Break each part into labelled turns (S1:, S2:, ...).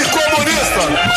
S1: e comunista.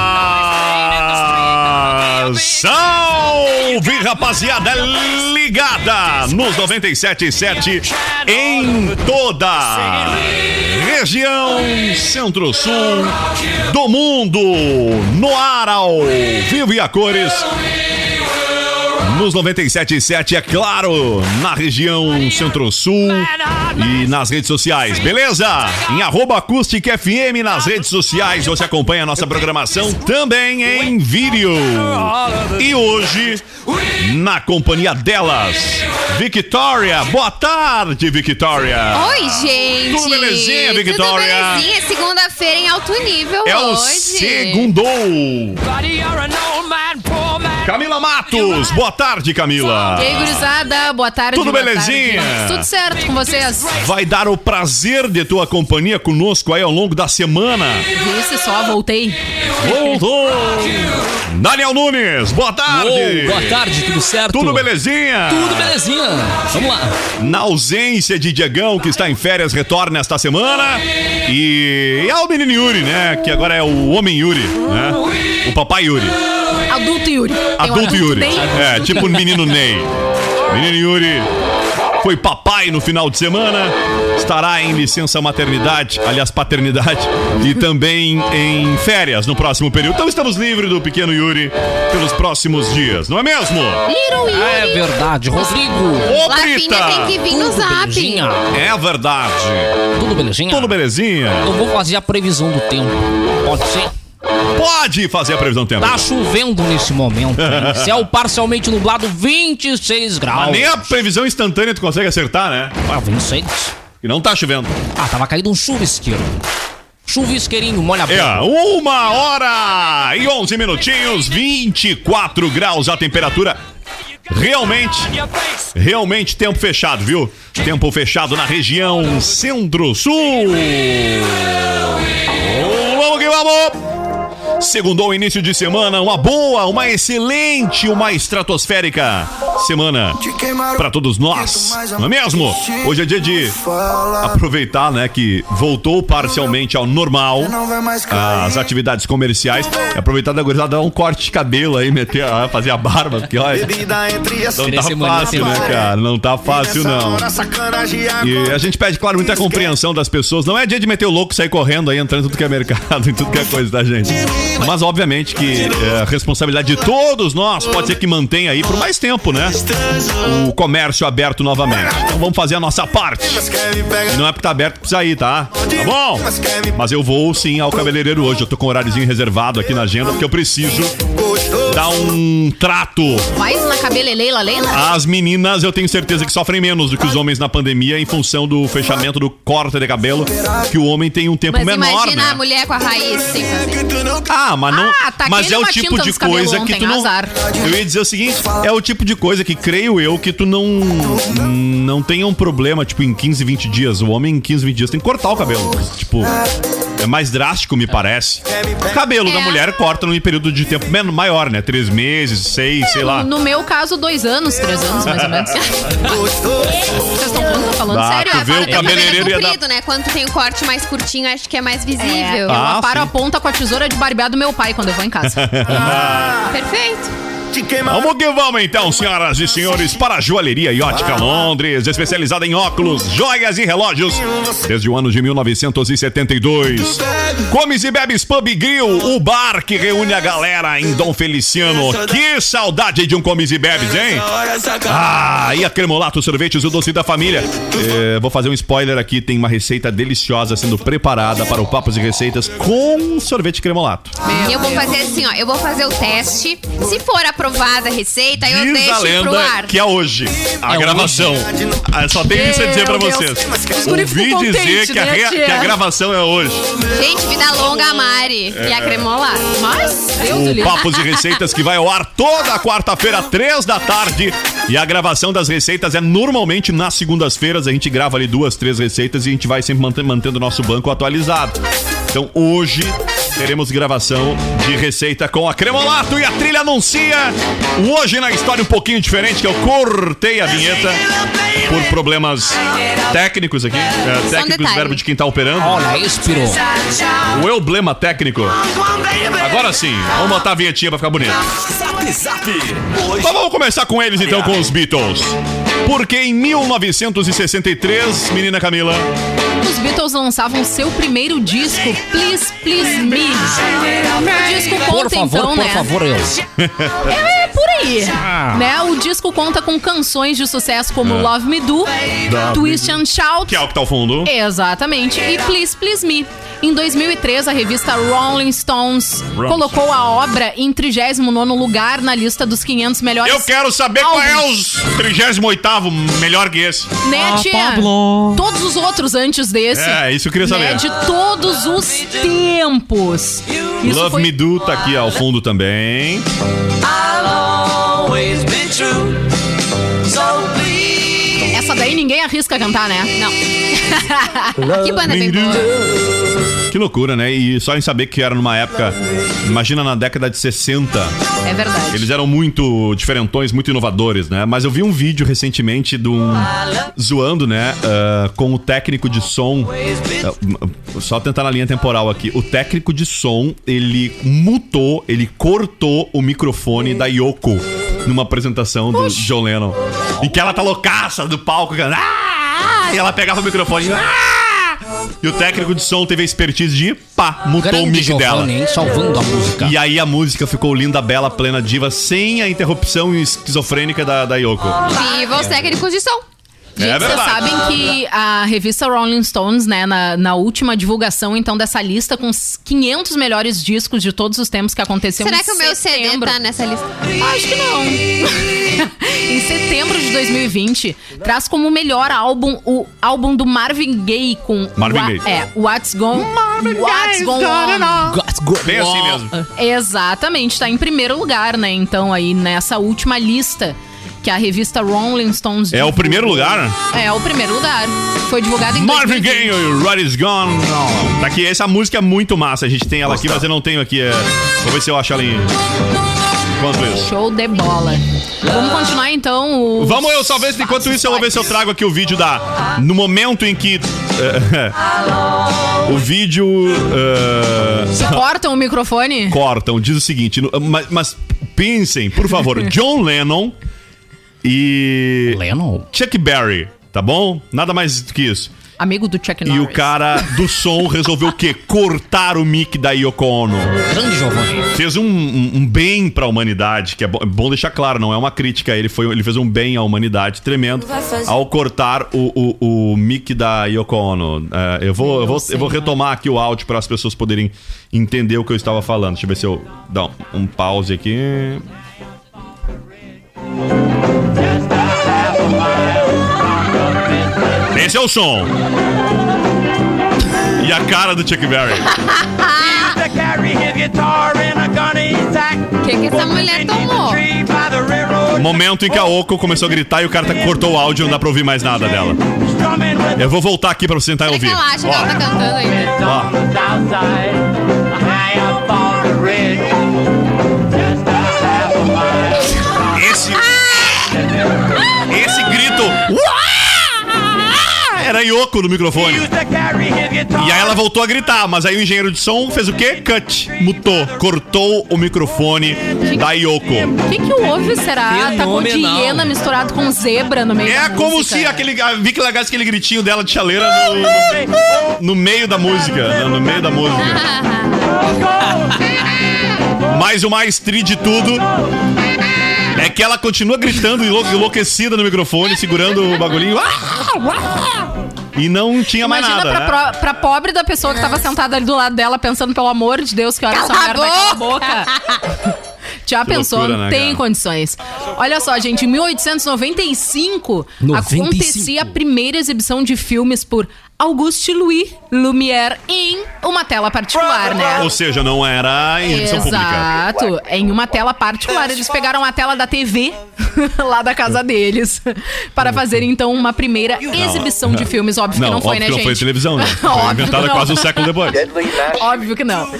S2: Salve, rapaziada ligada nos 97.7 em toda a região centro-sul do mundo. No ar ao vivo e a cores. Nos 97.7, é claro, na região Centro-Sul e nas redes sociais, beleza? Em arroba acústica FM nas redes sociais, você acompanha a nossa programação também em vídeo. E hoje, na companhia delas, Victoria. Boa tarde, Victoria.
S3: Oi, gente!
S2: Ah. Tudo belezinha, Victoria?
S3: Tudo belezinha? Segunda-feira em alto nível
S2: É o
S3: hoje.
S2: segundo. Camila Matos. Boa tarde, Camila.
S3: E aí, gurizada? Boa tarde.
S2: Tudo
S3: boa
S2: belezinha?
S3: tarde. Tudo certo com vocês?
S2: vai dar o prazer de tua companhia conosco aí ao longo da semana.
S3: Isso só, voltei.
S2: Voltou! Daniel Nunes, boa tarde!
S4: Ô, boa tarde, tudo certo?
S2: Tudo belezinha?
S4: Tudo belezinha. Vamos lá.
S2: Na ausência de Diegão, que está em férias, retorna esta semana. E ao menino Yuri, né? Que agora é o homem Yuri, né? O papai Yuri.
S3: Adulto Yuri. Tem um
S2: Adulto Yuri.
S3: Ney.
S2: É, tipo o menino Ney. Menino Yuri foi papai no final de semana, estará em licença maternidade, aliás, paternidade, e também em férias no próximo período. Então estamos livres do pequeno Yuri pelos próximos dias, não é mesmo?
S3: Little Yuri.
S4: É verdade, Rodrigo.
S2: Ô,
S5: né,
S3: Lafinha tem que
S2: Brita!
S3: vir no
S4: Tudo
S3: zap.
S4: belezinha.
S2: É verdade.
S4: Tudo belezinha?
S2: Tudo belezinha?
S4: Eu vou fazer a previsão do tempo. Pode ser?
S2: Pode fazer a previsão do tempo.
S4: Tá chovendo nesse momento. hein? Céu parcialmente nublado, 26 graus.
S2: Mas nem a previsão instantânea tu consegue acertar, né?
S4: Ah, 26.
S2: E não tá chovendo.
S4: Ah, tava caído um chuvisqueiro. Chuvisqueirinho, molha a
S2: É,
S4: boca.
S2: uma hora e 11 minutinhos, 24 graus a temperatura. Realmente, realmente tempo fechado, viu? Tempo fechado na região centro-sul. Vamos que vamos! Segundou o início de semana, uma boa, uma excelente, uma estratosférica semana para todos nós, não é mesmo? Hoje é dia de aproveitar, né, que voltou parcialmente ao normal as atividades comerciais. E aproveitar da gurizada dar um corte de cabelo aí, meter, a- fazer a barba, porque olha, não tá
S4: Crescer
S2: fácil, né,
S4: maníaco.
S2: cara? Não tá fácil, não.
S1: tá
S2: E a gente pede, claro, muita compreensão das pessoas. Não é dia de meter o louco, sair correndo aí, entrando em tudo que é mercado, em tudo que é coisa da gente. Mas, obviamente, que é, a responsabilidade de todos nós pode ser que mantenha aí por mais tempo, né? O comércio aberto novamente. Então vamos fazer a nossa parte. E não é porque tá aberto que precisa ir, tá? Tá bom? Mas eu vou sim ao cabeleireiro hoje. Eu tô com um horáriozinho reservado aqui na agenda porque eu preciso dar um trato
S3: Faz na cabeleleila, Leila?
S2: as meninas, eu tenho certeza que sofrem menos do que os homens na pandemia em função do fechamento do corte de cabelo, que o homem tem um tempo
S3: Mas
S2: menor,
S3: imagina
S2: né?
S3: a mulher com a raiz sem fazer.
S2: Ah, mas não.
S3: Ah, taquei
S2: mas é o
S3: numa
S2: tipo
S3: tinta
S2: de
S3: nos cabelos
S2: coisa que
S3: ontem,
S2: tu não.
S3: azar.
S2: Eu ia dizer o seguinte, é o tipo de coisa que creio eu que tu não não tenha um problema, tipo em 15, 20 dias, o homem em 15, 20 dias tem que cortar o cabelo. Tipo, é mais drástico, me parece. O cabelo
S3: É.
S2: da mulher corta num período de tempo men- maior, né? Três meses, seis, sei lá.
S3: É, No meu caso, dois anos, três anos, mais ou menos. Vocês estão falando, tô falando
S2: Bah,
S3: sério?
S2: tu
S3: É
S2: vê o
S3: para ter
S2: cabeleireiro ia dar-
S3: comprido, né? Quando tem o corte mais curtinho, acho que é mais visível. Eu
S2: Ah,
S3: aparo
S2: sim.
S5: Ah,
S3: a ponta com a tesoura de barbear do meu pai quando eu vou em casa. Perfeito.
S1: te queimar.
S2: Vamos que vamos então, senhoras e senhores, para a Joalheria e Ótica Londres, especializada em óculos, joias e relógios, desde o ano de 1972. Comes e Bebes Pub e Grill, o bar que reúne a galera em Dom Feliciano. Que saudade de um Comes e Bebes, hein? Ah, e a Cremolato Sorvetes, o doce da família. É, vou fazer um spoiler aqui, tem uma receita deliciosa sendo preparada para o Papos e Receitas com sorvete Cremolato.
S5: Eu vou fazer assim, ó. Eu vou fazer o teste. Se for aprovada a receita, eu
S2: Diz a
S5: deixo pro
S2: lenda
S5: ar.
S2: que é hoje a
S4: É
S2: gravação. Ah, Só tenho isso a dizer pra
S3: Meu Deus.
S2: vocês.
S3: Os guri
S2: Ouvi
S3: ficam
S2: dizer
S3: contentes,
S2: que a,
S3: né,
S2: rea-
S3: tia?
S2: que a gravação é hoje.
S5: Gente, vida longa a Mari e a Cremola.
S3: Mas, Deus do
S2: O
S3: livro.
S2: Papos e Receitas que vai ao ar toda quarta-feira, três da tarde. E a gravação das receitas é normalmente nas segundas-feiras. A gente grava ali duas, três receitas e a gente vai sempre mantendo, mantendo o nosso banco atualizado. Então hoje teremos gravação de receita com a Cremolato e a trilha anuncia o Hoje na História um pouquinho diferente, que eu cortei a vinheta por problemas técnicos aqui. É,
S3: um
S2: técnicos,
S5: detalhes.
S2: verbo de quem tá operando.
S4: Olha, expirou.
S3: é
S2: O emblema técnico. Agora sim, vamos botar a vinhetinha pra ficar bonito. Mas vamos começar com eles então, com os Beatles. Porque em 1963, menina Camila,
S3: Os Beatles lançavam seu primeiro disco, Please Please Me. O disco conta
S4: Por favor,
S3: então,
S4: por
S3: né?
S4: favor, eu.
S3: É por aí.
S2: Ah.
S3: Né? O disco conta com canções de sucesso como
S2: É.
S3: Love Me Do, Twist and Shout,
S2: que é o que tá ao fundo.
S3: Exatamente. E Please Please Me. Em 2003, a revista Rolling Stones
S2: Rolling
S3: colocou a obra em 39º lugar na lista dos 500 melhores.
S2: Eu quero saber qual é
S3: álbuns.
S2: os 38 melhor que esse.
S3: Né, tia? Todos os outros antes desse.
S2: É, isso eu queria
S3: né,
S2: saber.
S3: de todos os tempos. Isso
S2: Love
S3: foi-
S2: Me Do tá aqui ao fundo também.
S3: Essa daí ninguém arrisca cantar, né? Não. é
S5: Que banda
S2: Me
S5: bem
S2: Do.
S5: boa.
S2: Que loucura, né? E só em saber que era numa época, imagina na década de 60,
S3: É verdade.
S2: Eles eram muito diferentões, muito inovadores, né? Mas eu vi um vídeo recentemente de um. zoando, né? ah, com o técnico de som. Ah, m- só tentar na linha temporal aqui. O técnico de som, ele mutou, ele cortou o microfone da Yoko numa apresentação do John Lennon. Em que ela tá loucaça do palco, cara. Ah! E ela pegava o microfone. Ah! E o técnico de som teve a expertise de pá, mutou o
S4: Grande
S2: mic dela.
S4: Giovanni, hein? Salvando a música.
S2: E aí a música ficou linda, bela, plena, diva, sem a interrupção esquizofrênica da, da Yoko.
S5: Viva os técnicos de som.
S2: é
S3: Vocês
S2: verdade.
S3: sabem que a revista Rolling Stones, né, na, na última divulgação, então, dessa lista com os 500 melhores discos de todos os tempos que aconteceu
S5: Será
S3: em
S5: que o meu CD
S3: setembro.
S5: tá nessa lista?
S3: Acho que não. em setembro de 2020, traz como melhor álbum o álbum do Marvin Gaye com...
S2: Marvin
S3: Wha-
S2: Gaye.
S3: É, What's Gone... What's Gone On.
S2: Bem assim mesmo.
S3: Exatamente, tá em primeiro lugar, né? Então, aí, nessa última lista que a revista Rolling Stones...
S2: É o
S3: divulgou.
S2: primeiro lugar?
S3: É, o primeiro lugar. Foi divulgado em
S2: Marvin
S3: 2020.
S2: Gaye, Right Is Gone. Tá aqui, essa música é muito massa. A gente tem ela aqui, mas eu não tenho aqui. é. Vou ver se eu acho ela em... Enquanto isso.
S3: Show de bola. Vamos continuar então o.
S2: Vamos eu, talvez, enquanto isso eu vou ver se eu trago aqui o vídeo da... No momento em que... eh, o vídeo... eh,
S3: Cortam o microfone?
S2: cortam, diz o seguinte, no- mas, mas pensem, por favor, John Lennon e
S4: Lennon.
S2: Chuck Berry, tá bom? Nada mais do que isso.
S3: Amigo do Chuck
S2: E
S3: Norris.
S2: o cara do som resolveu o quê? Cortar o mic da Yoko Ono.
S4: Grande Giovanni.
S2: Fez um, um- um bem pra humanidade, que é bom, é bom deixar claro, não é uma crítica. Ele, foi, ele fez um bem à humanidade tremendo ao cortar o, o, o mic da Yoko Ono. É, eu, vou, eu, vou, eu vou retomar aqui o áudio para as pessoas poderem entender o que eu estava falando. Deixa eu ver se eu dar um- um pause aqui. Esse é o som. E a cara do Chuck Berry.
S5: O que, que essa mulher tomou?
S2: Momento em que a Oco começou a gritar e o cara tá- cortou o áudio, não dá pra ouvir mais nada dela. Eu vou voltar aqui pra você tentar
S5: Será que
S2: ouvir.
S5: ela acha que ela tá cantando ainda?
S2: Ó, ó. Esse. Esse grito. "Uá!" Era Yoko soco no microfone. E aí ela voltou a gritar, mas aí o engenheiro de som fez o quê? Cut. Mutou. Cortou o microfone da Yoko.
S3: O que, que houve, será? Tá com de
S4: Fenomenal.
S3: hiena misturado com zebra no meio
S2: É
S3: da
S2: como
S3: música. né?
S2: se aquele, a Vicky largasse aquele gritinho dela de chaleira no, no meio da música. né? No, no meio da música. Mas o mais tri de tudo é que ela continua gritando enlou- enlouquecida no microfone, segurando o bagulhinho. ah!
S3: Ah,
S2: E não tinha mais
S3: Imagina
S2: nada.
S3: pra,
S2: né?
S3: pro- pra pobre da pessoa que tava sentada ali do lado dela, pensando, pelo amor de Deus, que hora essa
S5: É. Cala a
S3: merda cala a boca. Já
S2: Que
S3: pensou,
S2: loucura,
S3: não
S2: né,
S3: tem
S2: cara?
S3: condições. Olha só, gente, em 1895
S4: 95.
S3: acontecia a primeira exibição de filmes por Auguste Louis Lumière em uma tela particular, né?
S2: Ou seja, não era em edição pública.
S3: Exato. É Em uma tela particular. Eles pegaram a tela da TV lá da casa deles para fazer, então, uma primeira exibição de filmes. Óbvio que
S2: Não,
S3: não foi,
S2: óbvio
S3: né,
S2: que não
S3: gente?
S2: foi televisão, né? Foi
S3: Óbvio que
S2: inventada
S3: não.
S2: quase um século depois.
S3: Óbvio que não.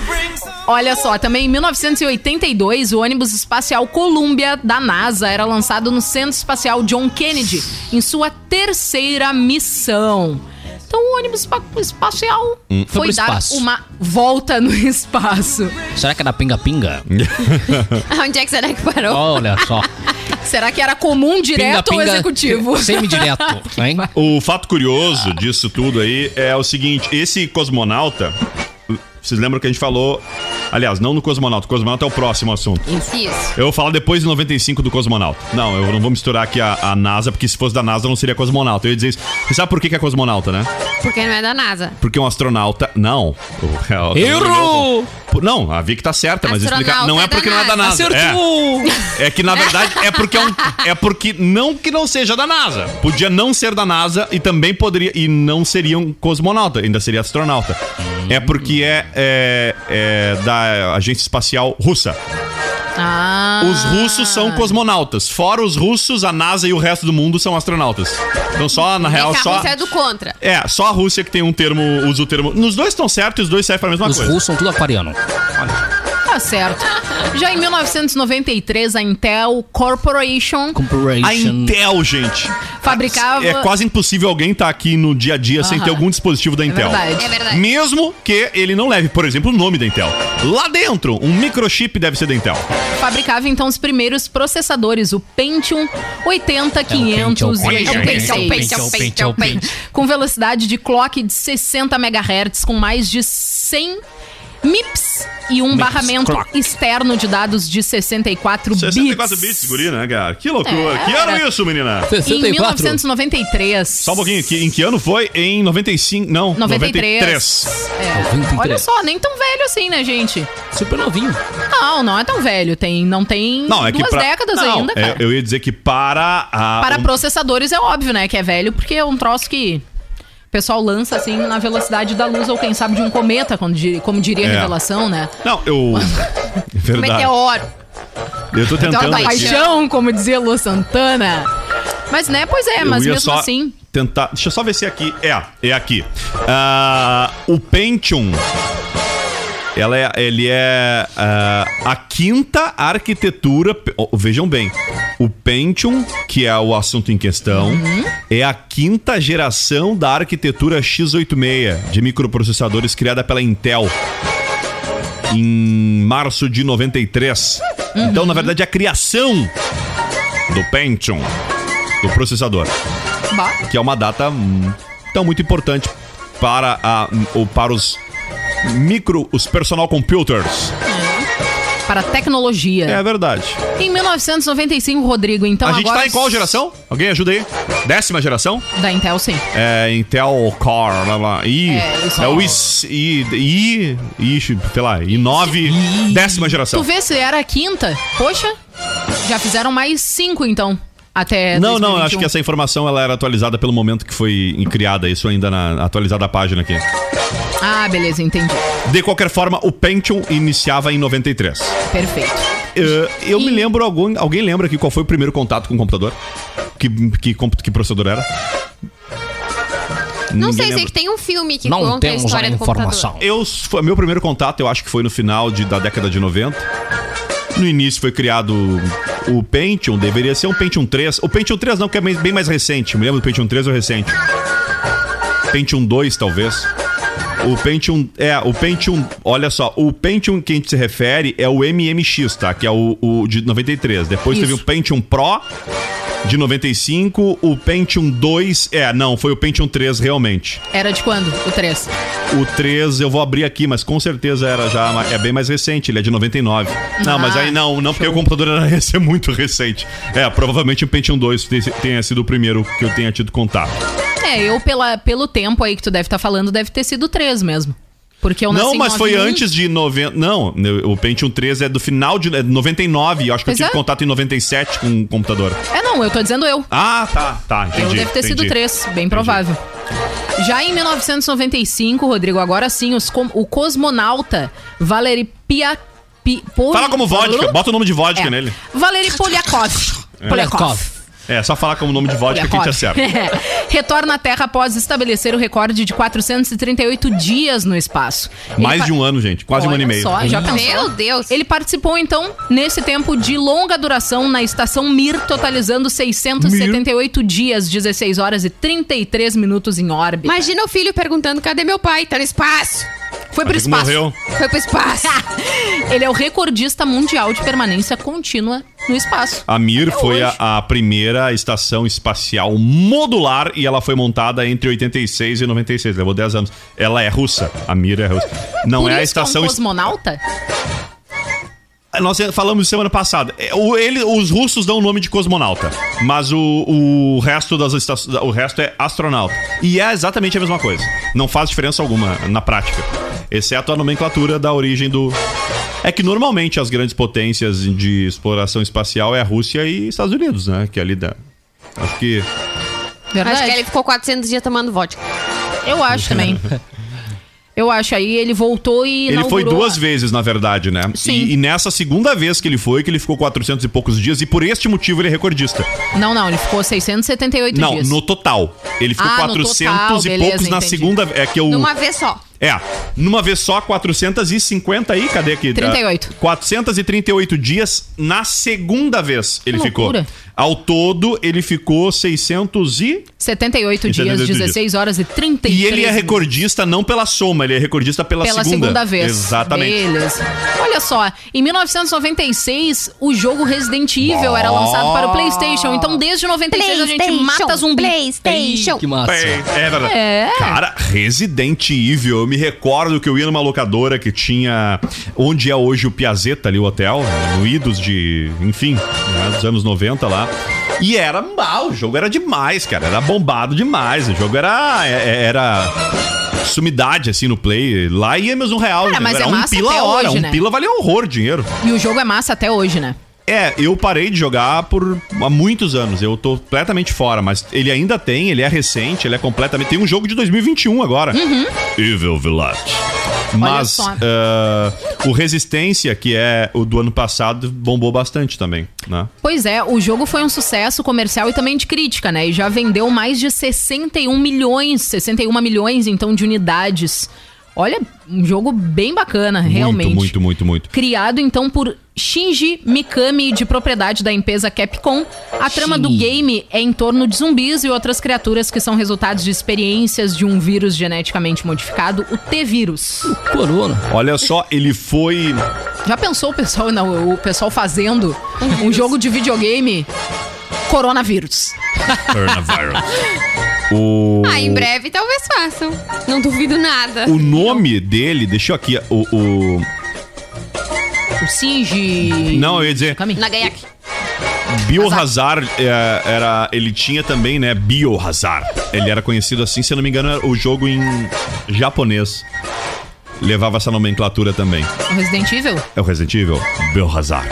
S2: Ah.
S3: Olha só, também em 1982, o ônibus espacial Columbia da NASA era lançado no Centro Espacial John Kennedy em sua terceira missão. Então o ônibus espa- espacial
S4: Foi
S2: Hum.
S3: foi,
S4: pro
S3: dar
S4: espaço.
S3: uma volta no espaço.
S4: Será que é era pinga-pinga?
S5: Onde é que será que parou?
S4: Olha só.
S3: Será que era comum direto ou executivo?
S4: Semidireto, hein?
S2: O fato curioso disso tudo aí é o seguinte: esse cosmonauta. Vocês lembram que a gente falou. Aliás, não no cosmonauta. O cosmonauta é o próximo assunto.
S5: Isso.
S2: Eu vou falar depois de 95 do cosmonauta. Não, eu não vou misturar aqui a, a NASA, porque se fosse da NASA não seria cosmonauta. Eu ia dizer isso. Você sabe por que, que é cosmonauta, né?
S5: Porque não é da NASA.
S2: Porque um astronauta. Não. O-
S4: Errou!
S2: Não, a Vic tá certa, mas explicar. Não é
S5: Astronauta é da
S2: porque não é da NASA. É.
S4: Acertou!
S2: É que na verdade é porque é, um, é porque não que não seja da NASA. Podia não ser da NASA e também poderia e não seria um cosmonauta, ainda seria astronauta. É porque é, é- é da agência espacial russa.
S3: Ah.
S2: Os russos são cosmonautas. Fora os russos, a NASA e o resto do mundo são astronautas. Então só na real
S5: é que a
S2: só
S5: Rússia é do contra.
S2: é só a Rússia que tem um termo usa o termo. Nos dois estão certos e os dois servem para a mesma
S4: Os
S2: coisa.
S4: russos são tudo aquariano.
S3: Tá certo. Já em 1993, a Intel Corporation
S2: A
S4: Corporation.
S2: Intel, gente.
S3: fabricava.
S2: É quase impossível alguém estar aqui no dia a dia sem
S3: Aham.
S2: ter algum dispositivo da Intel.
S3: verdade.
S5: É verdade.
S2: Mesmo que ele não leve, por exemplo, o nome da Intel. Lá dentro, um microchip deve ser da Intel.
S3: Fabricava então os primeiros processadores, o Pentium 80, 500 e
S5: É Pentium, Pentium,
S3: 86.
S5: Pentium, Pentium, Pentium.
S3: Com velocidade de clock de 60 MHz, com mais de 100 MIPS e um barramento
S4: clock.
S3: externo de dados de 64 bits.
S2: 64 bits, guri, né, cara? Que loucura.
S3: É,
S2: que
S3: era.
S2: ano isso, menina?
S3: Em 1993.
S2: Só um pouquinho. Que, em que ano foi? Em 95... Não,
S3: 93. É.
S4: 93.
S3: Olha só, nem tão velho assim, né, gente?
S4: Super novinho.
S3: Não, não é tão velho. Tem, não tem
S2: Não, é que
S3: duas
S2: pra...
S3: décadas
S2: Não,
S3: ainda,
S2: é,
S3: cara.
S2: eu ia dizer que para a...
S3: Para
S2: um-
S3: processadores é óbvio, né, que é velho, porque é um troço que o pessoal lança assim na velocidade da luz ou quem sabe de um cometa, quando di- como diria
S2: É.
S3: a revelação, né?
S2: Não, eu... Verdade.
S3: Meteoro,
S2: Eu tô
S3: meteoro
S2: tentando
S3: da
S2: aqui.
S3: paixão, como dizia Lu Santana. Mas né, pois é,
S2: Eu
S3: mas
S2: ia
S3: mesmo
S2: só
S3: assim,
S2: Tentar. Deixa eu só ver se é aqui. É, é aqui. Ah, o Pentium. Ela é, ele é ah, a quinta arquitetura. oh, vejam bem. O Pentium, que é o assunto em questão,
S3: Uhum.
S2: é a quinta geração da arquitetura x86 de microprocessadores criada pela Intel em março de 93. Então,
S3: Uhum.
S2: na verdade, é a criação do Pentium, do processador
S3: bah,
S2: que é uma data hum, tão muito importante para a ou para os micro os personal computers.
S3: para a tecnologia.
S2: É verdade.
S3: Em 1995, Rodrigo, então
S2: a gente
S3: agora
S2: tá em qual geração? Alguém ajuda aí? Décima geração?
S3: Da Intel, sim.
S2: É Intel Core, lá, lá. I,
S3: É, isso.
S2: é, o I, I, I, I, sei lá, I9, décima
S3: Tu
S2: geração.
S3: vê se era a quinta? Poxa, já fizeram mais cinco então até
S2: Não, não, eu
S3: 2021.
S2: acho que essa informação ela era atualizada pelo momento que foi criada, isso ainda na atualizada a página aqui.
S3: Ah, beleza, entendi.
S2: De qualquer forma, o Pentium iniciava em 93.
S3: Perfeito.
S2: Uh, eu
S3: E-
S2: me lembro, algum, alguém lembra aqui qual foi o primeiro contato com o computador? Que, que, comp- que processador era?
S5: Não
S2: Ninguém
S5: sei, sei
S2: lembra.
S5: que tem um filme que
S4: Não
S5: conta a
S4: temos a
S5: história do
S4: informação.
S5: computador.
S2: Eu, foi, meu primeiro contato, eu acho que foi no final de- da década de 90. No início foi criado o Pentium, deveria ser um Pentium 3. O Pentium 3 não, que é bem bem mais recente. Me lembro do Pentium 3 ou recente. é Pentium 2, talvez. O Pentium. É, o Pentium. Olha só, o Pentium que a gente se refere é o MMX, tá? Que é o, o de 93. Depois
S3: Isso.
S2: teve o Pentium Pro de 95. O Pentium 2. É, não, foi o Pentium 3 realmente.
S3: Era de quando? O 3.
S2: O 3 eu vou abrir aqui, mas com certeza era já. ma- É bem mais recente, ele é de 99. Não,
S3: Ah,
S2: mas aí não, não, porque o computador era ia ser muito recente. É, provavelmente o Pentium 2 te- tenha sido o primeiro que eu tenha tido contato.
S3: É, eu pela, pelo tempo aí que tu deve estar falando, deve ter sido o 3 mesmo. Porque eu nasci
S2: Não,
S3: em
S2: mas foi
S3: 91.
S2: antes de 90. Não, o Pentium 3 é do final de é de 99. Eu acho que
S3: Pois
S2: eu tive
S3: é.
S2: contato em 97 com o computador.
S3: É, não, eu tô dizendo eu.
S2: Ah, tá, tá. Entendi.
S3: Eu Então deve ter sido
S2: entendi.
S3: três, bem provável. Já em 1995, Rodrigo, agora sim, os com- o cosmonauta Valery Pia... Pi- Poli-
S2: Fala como vodka, bota o nome de vodka
S3: É.
S2: nele.
S3: Valery Polyakov. Polyakov.
S2: É, só falar como nome de vodka que a gente acerta.
S3: Retorna à Terra após estabelecer o recorde de 438 dias no espaço. Ele
S2: Mais
S3: pa-
S2: de um ano, gente. Quase um
S3: Olha
S2: ano e meio.
S3: Só, já pensou?
S5: Meu Deus.
S3: Ele participou, então, nesse tempo de longa duração na estação Mir, totalizando 678 dias, 16 horas e 33 minutos em órbita.
S5: Imagina o filho perguntando: cadê meu pai? Tá no espaço.
S3: foi pro
S2: Mas
S3: espaço.
S2: morreu.
S5: Foi pro espaço.
S3: Ele é o recordista mundial de permanência contínua no espaço.
S2: A Mir
S3: Até
S2: foi
S3: hoje.
S2: a, a primeira estação espacial modular e ela foi montada entre 86 e 96. Levou 10 anos. Ela é russa. A Mir é russa. Não
S3: Por
S2: é a
S3: isso que
S2: estação
S3: um
S2: es-
S3: cosmonauta?
S2: Nós falamos semana passada. É, o- ele- os russos dão o nome de cosmonauta, mas o, o resto das esta- o resto é astronauta. E é exatamente a mesma coisa. Não faz diferença alguma na prática, exceto a nomenclatura da origem do. É que normalmente as grandes potências de exploração espacial é a Rússia e Estados Unidos, né? Que ali dá. Acho que
S3: Verdade.
S5: Acho que ele ficou 400 dias tomando vodka.
S3: Eu acho também. Eu acho aí, ele voltou e.
S2: Ele foi
S3: inaugurou-
S2: duas vezes, na verdade, né?
S3: Sim.
S2: E, e nessa segunda vez que ele foi, que ele ficou 400 e poucos dias, e por este motivo ele é recordista.
S3: Não, não, ele ficou 678
S2: Não,
S3: dias.
S2: no total. Ele ficou
S3: Ah, no
S2: 400
S3: total,
S2: e
S3: beleza,
S2: poucos na
S3: entendi.
S2: segunda. É que eu.
S5: Numa vez só.
S2: É, numa vez só, 450 aí, cadê aqui? Ah,
S3: 38.
S2: 438 dias na segunda vez ele
S3: Que
S2: ficou.
S3: loucura.
S2: Ao todo, ele ficou 600 e.
S3: 78
S2: Em
S3: dias,
S2: 78 dias.
S3: 16 horas e 33
S2: E ele é recordista não pela soma, ele é recordista pela,
S3: pela segunda,
S2: segunda.
S3: vez.
S2: Exatamente.
S3: Beleza. Olha só, em 1996, o jogo Resident Evil era lançado para o PlayStation. Então, desde 96 a gente mata zumbi.
S5: PlayStation.
S4: Que massa.
S2: Bem, É verdade.
S3: É.
S2: Cara, Resident Evil. Eu me recordo que eu ia numa locadora que tinha. Onde é hoje o Piazeta ali, o hotel? né, No Idos de. Enfim, né, dos anos 90 lá. E era mal, o jogo era demais, cara. Era bombado demais. O jogo era. é- Era. Sumidade, assim, no play. Lá ia mesmo um real.
S3: Cara,
S2: entendeu?
S3: mas é
S2: era um
S3: massa
S2: pila
S3: até
S2: a hora.
S3: hoje,
S2: um
S3: né?
S2: pila valia horror dinheiro.
S3: E o jogo é massa até hoje, né?
S2: É, eu parei de jogar por há muitos anos. Eu tô completamente fora, mas ele ainda tem, ele é recente, ele é completamente. Tem um jogo de 2021 agora. Uhum. Evil Village. Mas
S3: só.
S2: ah, o Resistência, que é o do ano passado, bombou bastante também, né?
S3: Pois é, o jogo foi um sucesso comercial e também de crítica, né? E já vendeu mais de 61 milhões, 61 milhões, então, de unidades. Olha, um jogo bem bacana, realmente.
S2: Muito, muito, muito, muito.
S3: Criado então por Shinji Mikami, de propriedade da empresa Capcom, a trama do
S4: Shinji.
S3: game é em torno de zumbis e outras criaturas que são resultados de experiências de um vírus geneticamente modificado, o T-vírus.
S4: Corona.
S2: Olha só, ele foi.
S3: Já pensou o pessoal, não, o pessoal fazendo um jogo de videogame coronavírus?
S2: Coronavirus. o...
S5: Ah, em breve talvez façam. Não duvido nada.
S2: o nome dele, deixa eu aqui. O, o-
S3: O Shinji
S2: Não, eu ia dizer.
S3: Mikami.
S5: Nagayaki.
S2: Biohazard é, era. Ele tinha também, né? Biohazard. Ele era conhecido assim, se eu não me engano, era o jogo em japonês. Levava essa nomenclatura também.
S3: O Resident Evil?
S2: É o Resident Evil? Biohazard.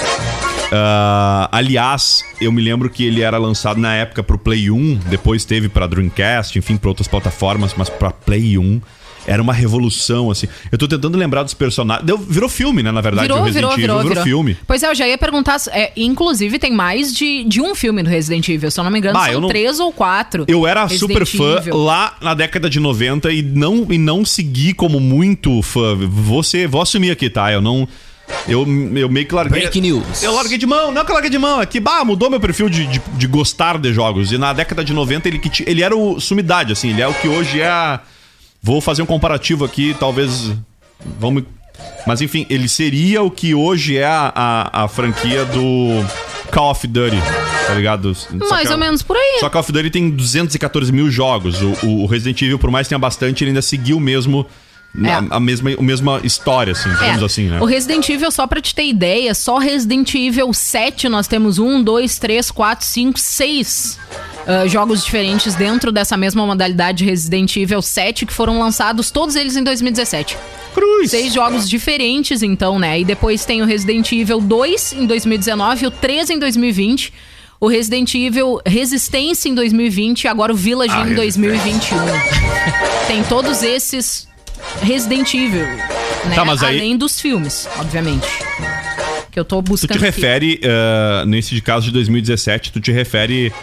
S2: Ah, aliás, eu me lembro que ele era lançado na época pro Play 1, depois teve pra Dreamcast, enfim, pra outras plataformas, mas pra Play 1 era uma revolução, assim. Eu tô tentando lembrar dos personagens. Deu- virou filme, né, na verdade, o
S3: Virou,
S2: Resident
S3: virou,
S2: Evil.
S3: virou, virou.
S2: filme.
S3: Pois é, eu já ia perguntar. é, inclusive, tem mais de, de um filme do Resident Evil. Se eu não me engano,
S2: Bah, eu
S3: são
S2: não-
S3: três ou quatro.
S2: Eu era
S3: Resident
S2: super fã
S3: Evil.
S2: lá na década de 90 e não, e não segui como muito fã. Você, vou assumir aqui, tá? Eu não. Eu, eu meio que larguei.
S4: Break news.
S2: Eu larguei de mão, não é que eu larguei de mão, é que bah, mudou meu perfil de, de, de gostar de jogos. E na década de 90 ele, que ti- ele era o sumidade, assim, ele é o que hoje é a. Vou fazer um comparativo aqui, talvez. Vamos. Mas enfim, ele seria o que hoje é a, a, a franquia do Call of Duty, tá ligado? Só
S3: Mais
S2: que
S3: ou
S2: é-
S3: menos por aí.
S2: só que Call of Duty tem 214 mil jogos. O, o- o Resident Evil, por mais que tenha bastante, ele ainda seguiu mesmo. na-
S3: É.
S2: a, mesma, a mesma história, assim, digamos
S3: É,
S2: assim, né?
S3: O Resident Evil, só pra te ter ideia, só Resident Evil 7 nós temos 1, 2, 3, 4, 5, 6 ah, jogos diferentes dentro dessa mesma modalidade Resident Evil 7 que foram lançados todos eles em 2017.
S2: Cruz!
S3: Seis jogos diferentes, então, né? E depois tem o Resident Evil 2 em 2019, o 3 em 2020, o Resident Evil Resistência em 2020 e agora o Village em 2021. tem todos esses Resident Evil, né?
S2: Tá, mas aí-
S3: Além dos filmes, obviamente. Que eu tô
S2: Tu
S3: buscando.
S2: te
S3: aqui.
S2: refere, eh, nesse de caso de 2017, tu te refere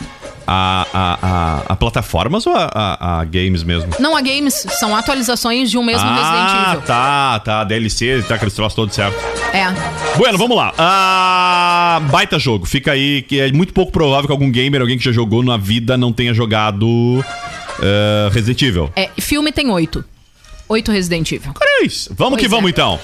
S2: a, a, a- a plataformas ou a, a- a games mesmo?
S3: Não, a games são atualizações de um mesmo Resident
S2: ah,
S3: Evil.
S2: tá, tá. DLC, tá, aqueles troços todos certo.
S3: É.
S2: Bueno, vamos lá. Ah, baita jogo. Fica aí que é muito pouco provável que algum gamer, alguém que já jogou na vida, não tenha jogado eh, Resident Evil.
S3: é. Filme tem oito. Oito Resident Evil.
S2: Três. Vamos que
S3: Pois
S2: vamos
S3: é.
S2: então.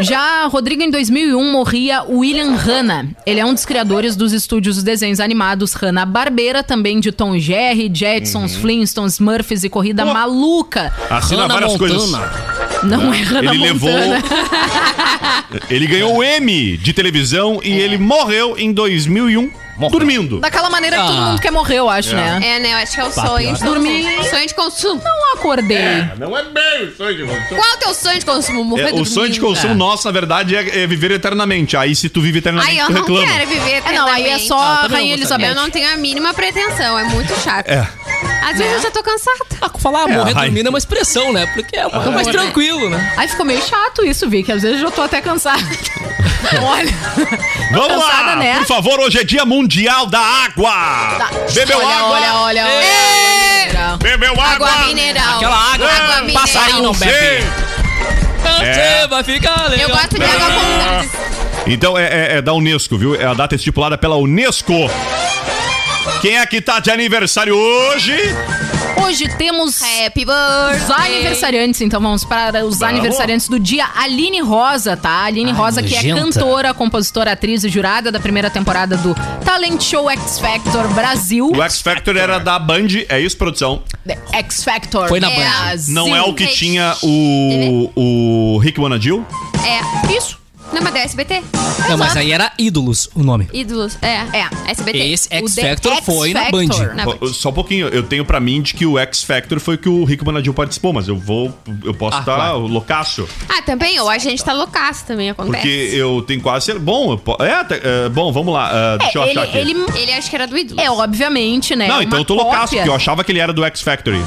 S3: Já Rodrigo, em 2001, morria William Hanna. Ele é um dos criadores dos estúdios de desenhos animados Hanna-Barbera, também de Tom e Jerry, Jetsons, Flintstones, Smurfs e Corrida
S2: Uhum. Pô.
S3: Maluca.
S2: Assina
S4: Hannah
S2: Ah, várias
S4: Montana.
S2: coisas.
S3: Não é Hannah
S2: Ele levou.
S3: Montana.
S2: ele ganhou o M de televisão e ele morreu em 2001 dormindo.
S5: Tá
S3: Daquela maneira que todo
S4: Ah.
S3: mundo quer morrer, eu acho, né?
S5: É, né? Eu acho que é o sonho de
S3: Dormir.
S5: consumo. Sonho de consumo.
S3: Não acordei.
S5: Qual é o teu sonho de consumo? Morrer
S2: É, o
S5: dormindo.
S2: sonho de consumo nosso, na verdade, é, é viver eternamente. Aí se tu vive eternamente,
S5: Aí eu
S2: tu
S5: não
S2: reclama.
S5: quero viver
S3: É, não, aí é
S5: eternamente.
S3: só
S4: Ah, também não
S3: Rainha
S4: gostaria.
S3: Elizabeth.
S5: Eu não tenho a mínima pretensão, é muito chato.
S2: É.
S5: Às vezes eu já tô cansada.
S4: Ah, falar morrer
S2: ai. Ah,
S4: dormindo é uma expressão, né? Porque é uma- é mais
S5: né?
S4: tranquilo, né?
S3: Aí ficou meio chato isso, Vicky. Às vezes eu já tô até cansada. Olha.
S2: Vamos
S3: Cansada,
S2: lá!
S3: né?
S2: Por favor, hoje é dia mundial da água! Bebeu
S3: olha,
S2: água!
S3: olha, olha, olha. Mineral.
S2: Bebeu água!
S5: Água mineral.
S4: Aquela água,
S5: Água
S4: que passarinho não
S5: mineral.
S4: bebe.
S2: Sim. É.
S4: Você vai ficar legal.
S5: Eu gosto de água com gás.
S2: Então é, é- é da Unesco, viu? É a data estipulada pela Unesco. Quem é que tá de aniversário hoje?
S3: Hoje temos...
S5: Happy birthday.
S3: Os aniversariantes, então vamos para os aniversariantes do dia. Aline Rosa, tá? Aline Rosa, que é
S4: nojenta.
S3: cantora, compositora, atriz e jurada da primeira temporada do Talent Show X Factor Brasil.
S2: O X Factor era da Band, é isso, produção?
S3: The X Factor.
S4: Foi na Band.
S3: Brasil.
S2: Não é o que
S5: gente.
S2: tinha
S3: É
S2: o, o Rick Bonadil?
S5: É. Isso. Não, mas é SBT.
S4: Não, mas aí era Ídolos o nome.
S5: Ídolos. É. É. SBT.
S4: Esse
S3: O
S4: X
S3: The
S4: Factor
S3: X
S4: foi na
S3: Factor.
S4: Band.
S5: Na
S2: Ó,
S5: Band.
S2: Só um pouquinho, eu tenho pra mim de que o X Factor foi que o Rick Bonadil participou, mas eu vou, eu posso
S4: Ah,
S2: estar
S4: claro.
S2: loucaço.
S5: Ah, também. Ou a gente tá loucaço, também acontece.
S2: Porque eu tenho quase ser bom. eu po- É, tá- é, bom, vamos lá. ah, deixa eu
S3: É,
S2: achar aqui.
S3: ele, ele
S5: Ele acho que era do Ídolos.
S3: é, obviamente, né?
S2: Não,
S3: uma
S2: então eu tô loucaço,
S3: cópia.
S2: porque eu achava que ele era do X Factory.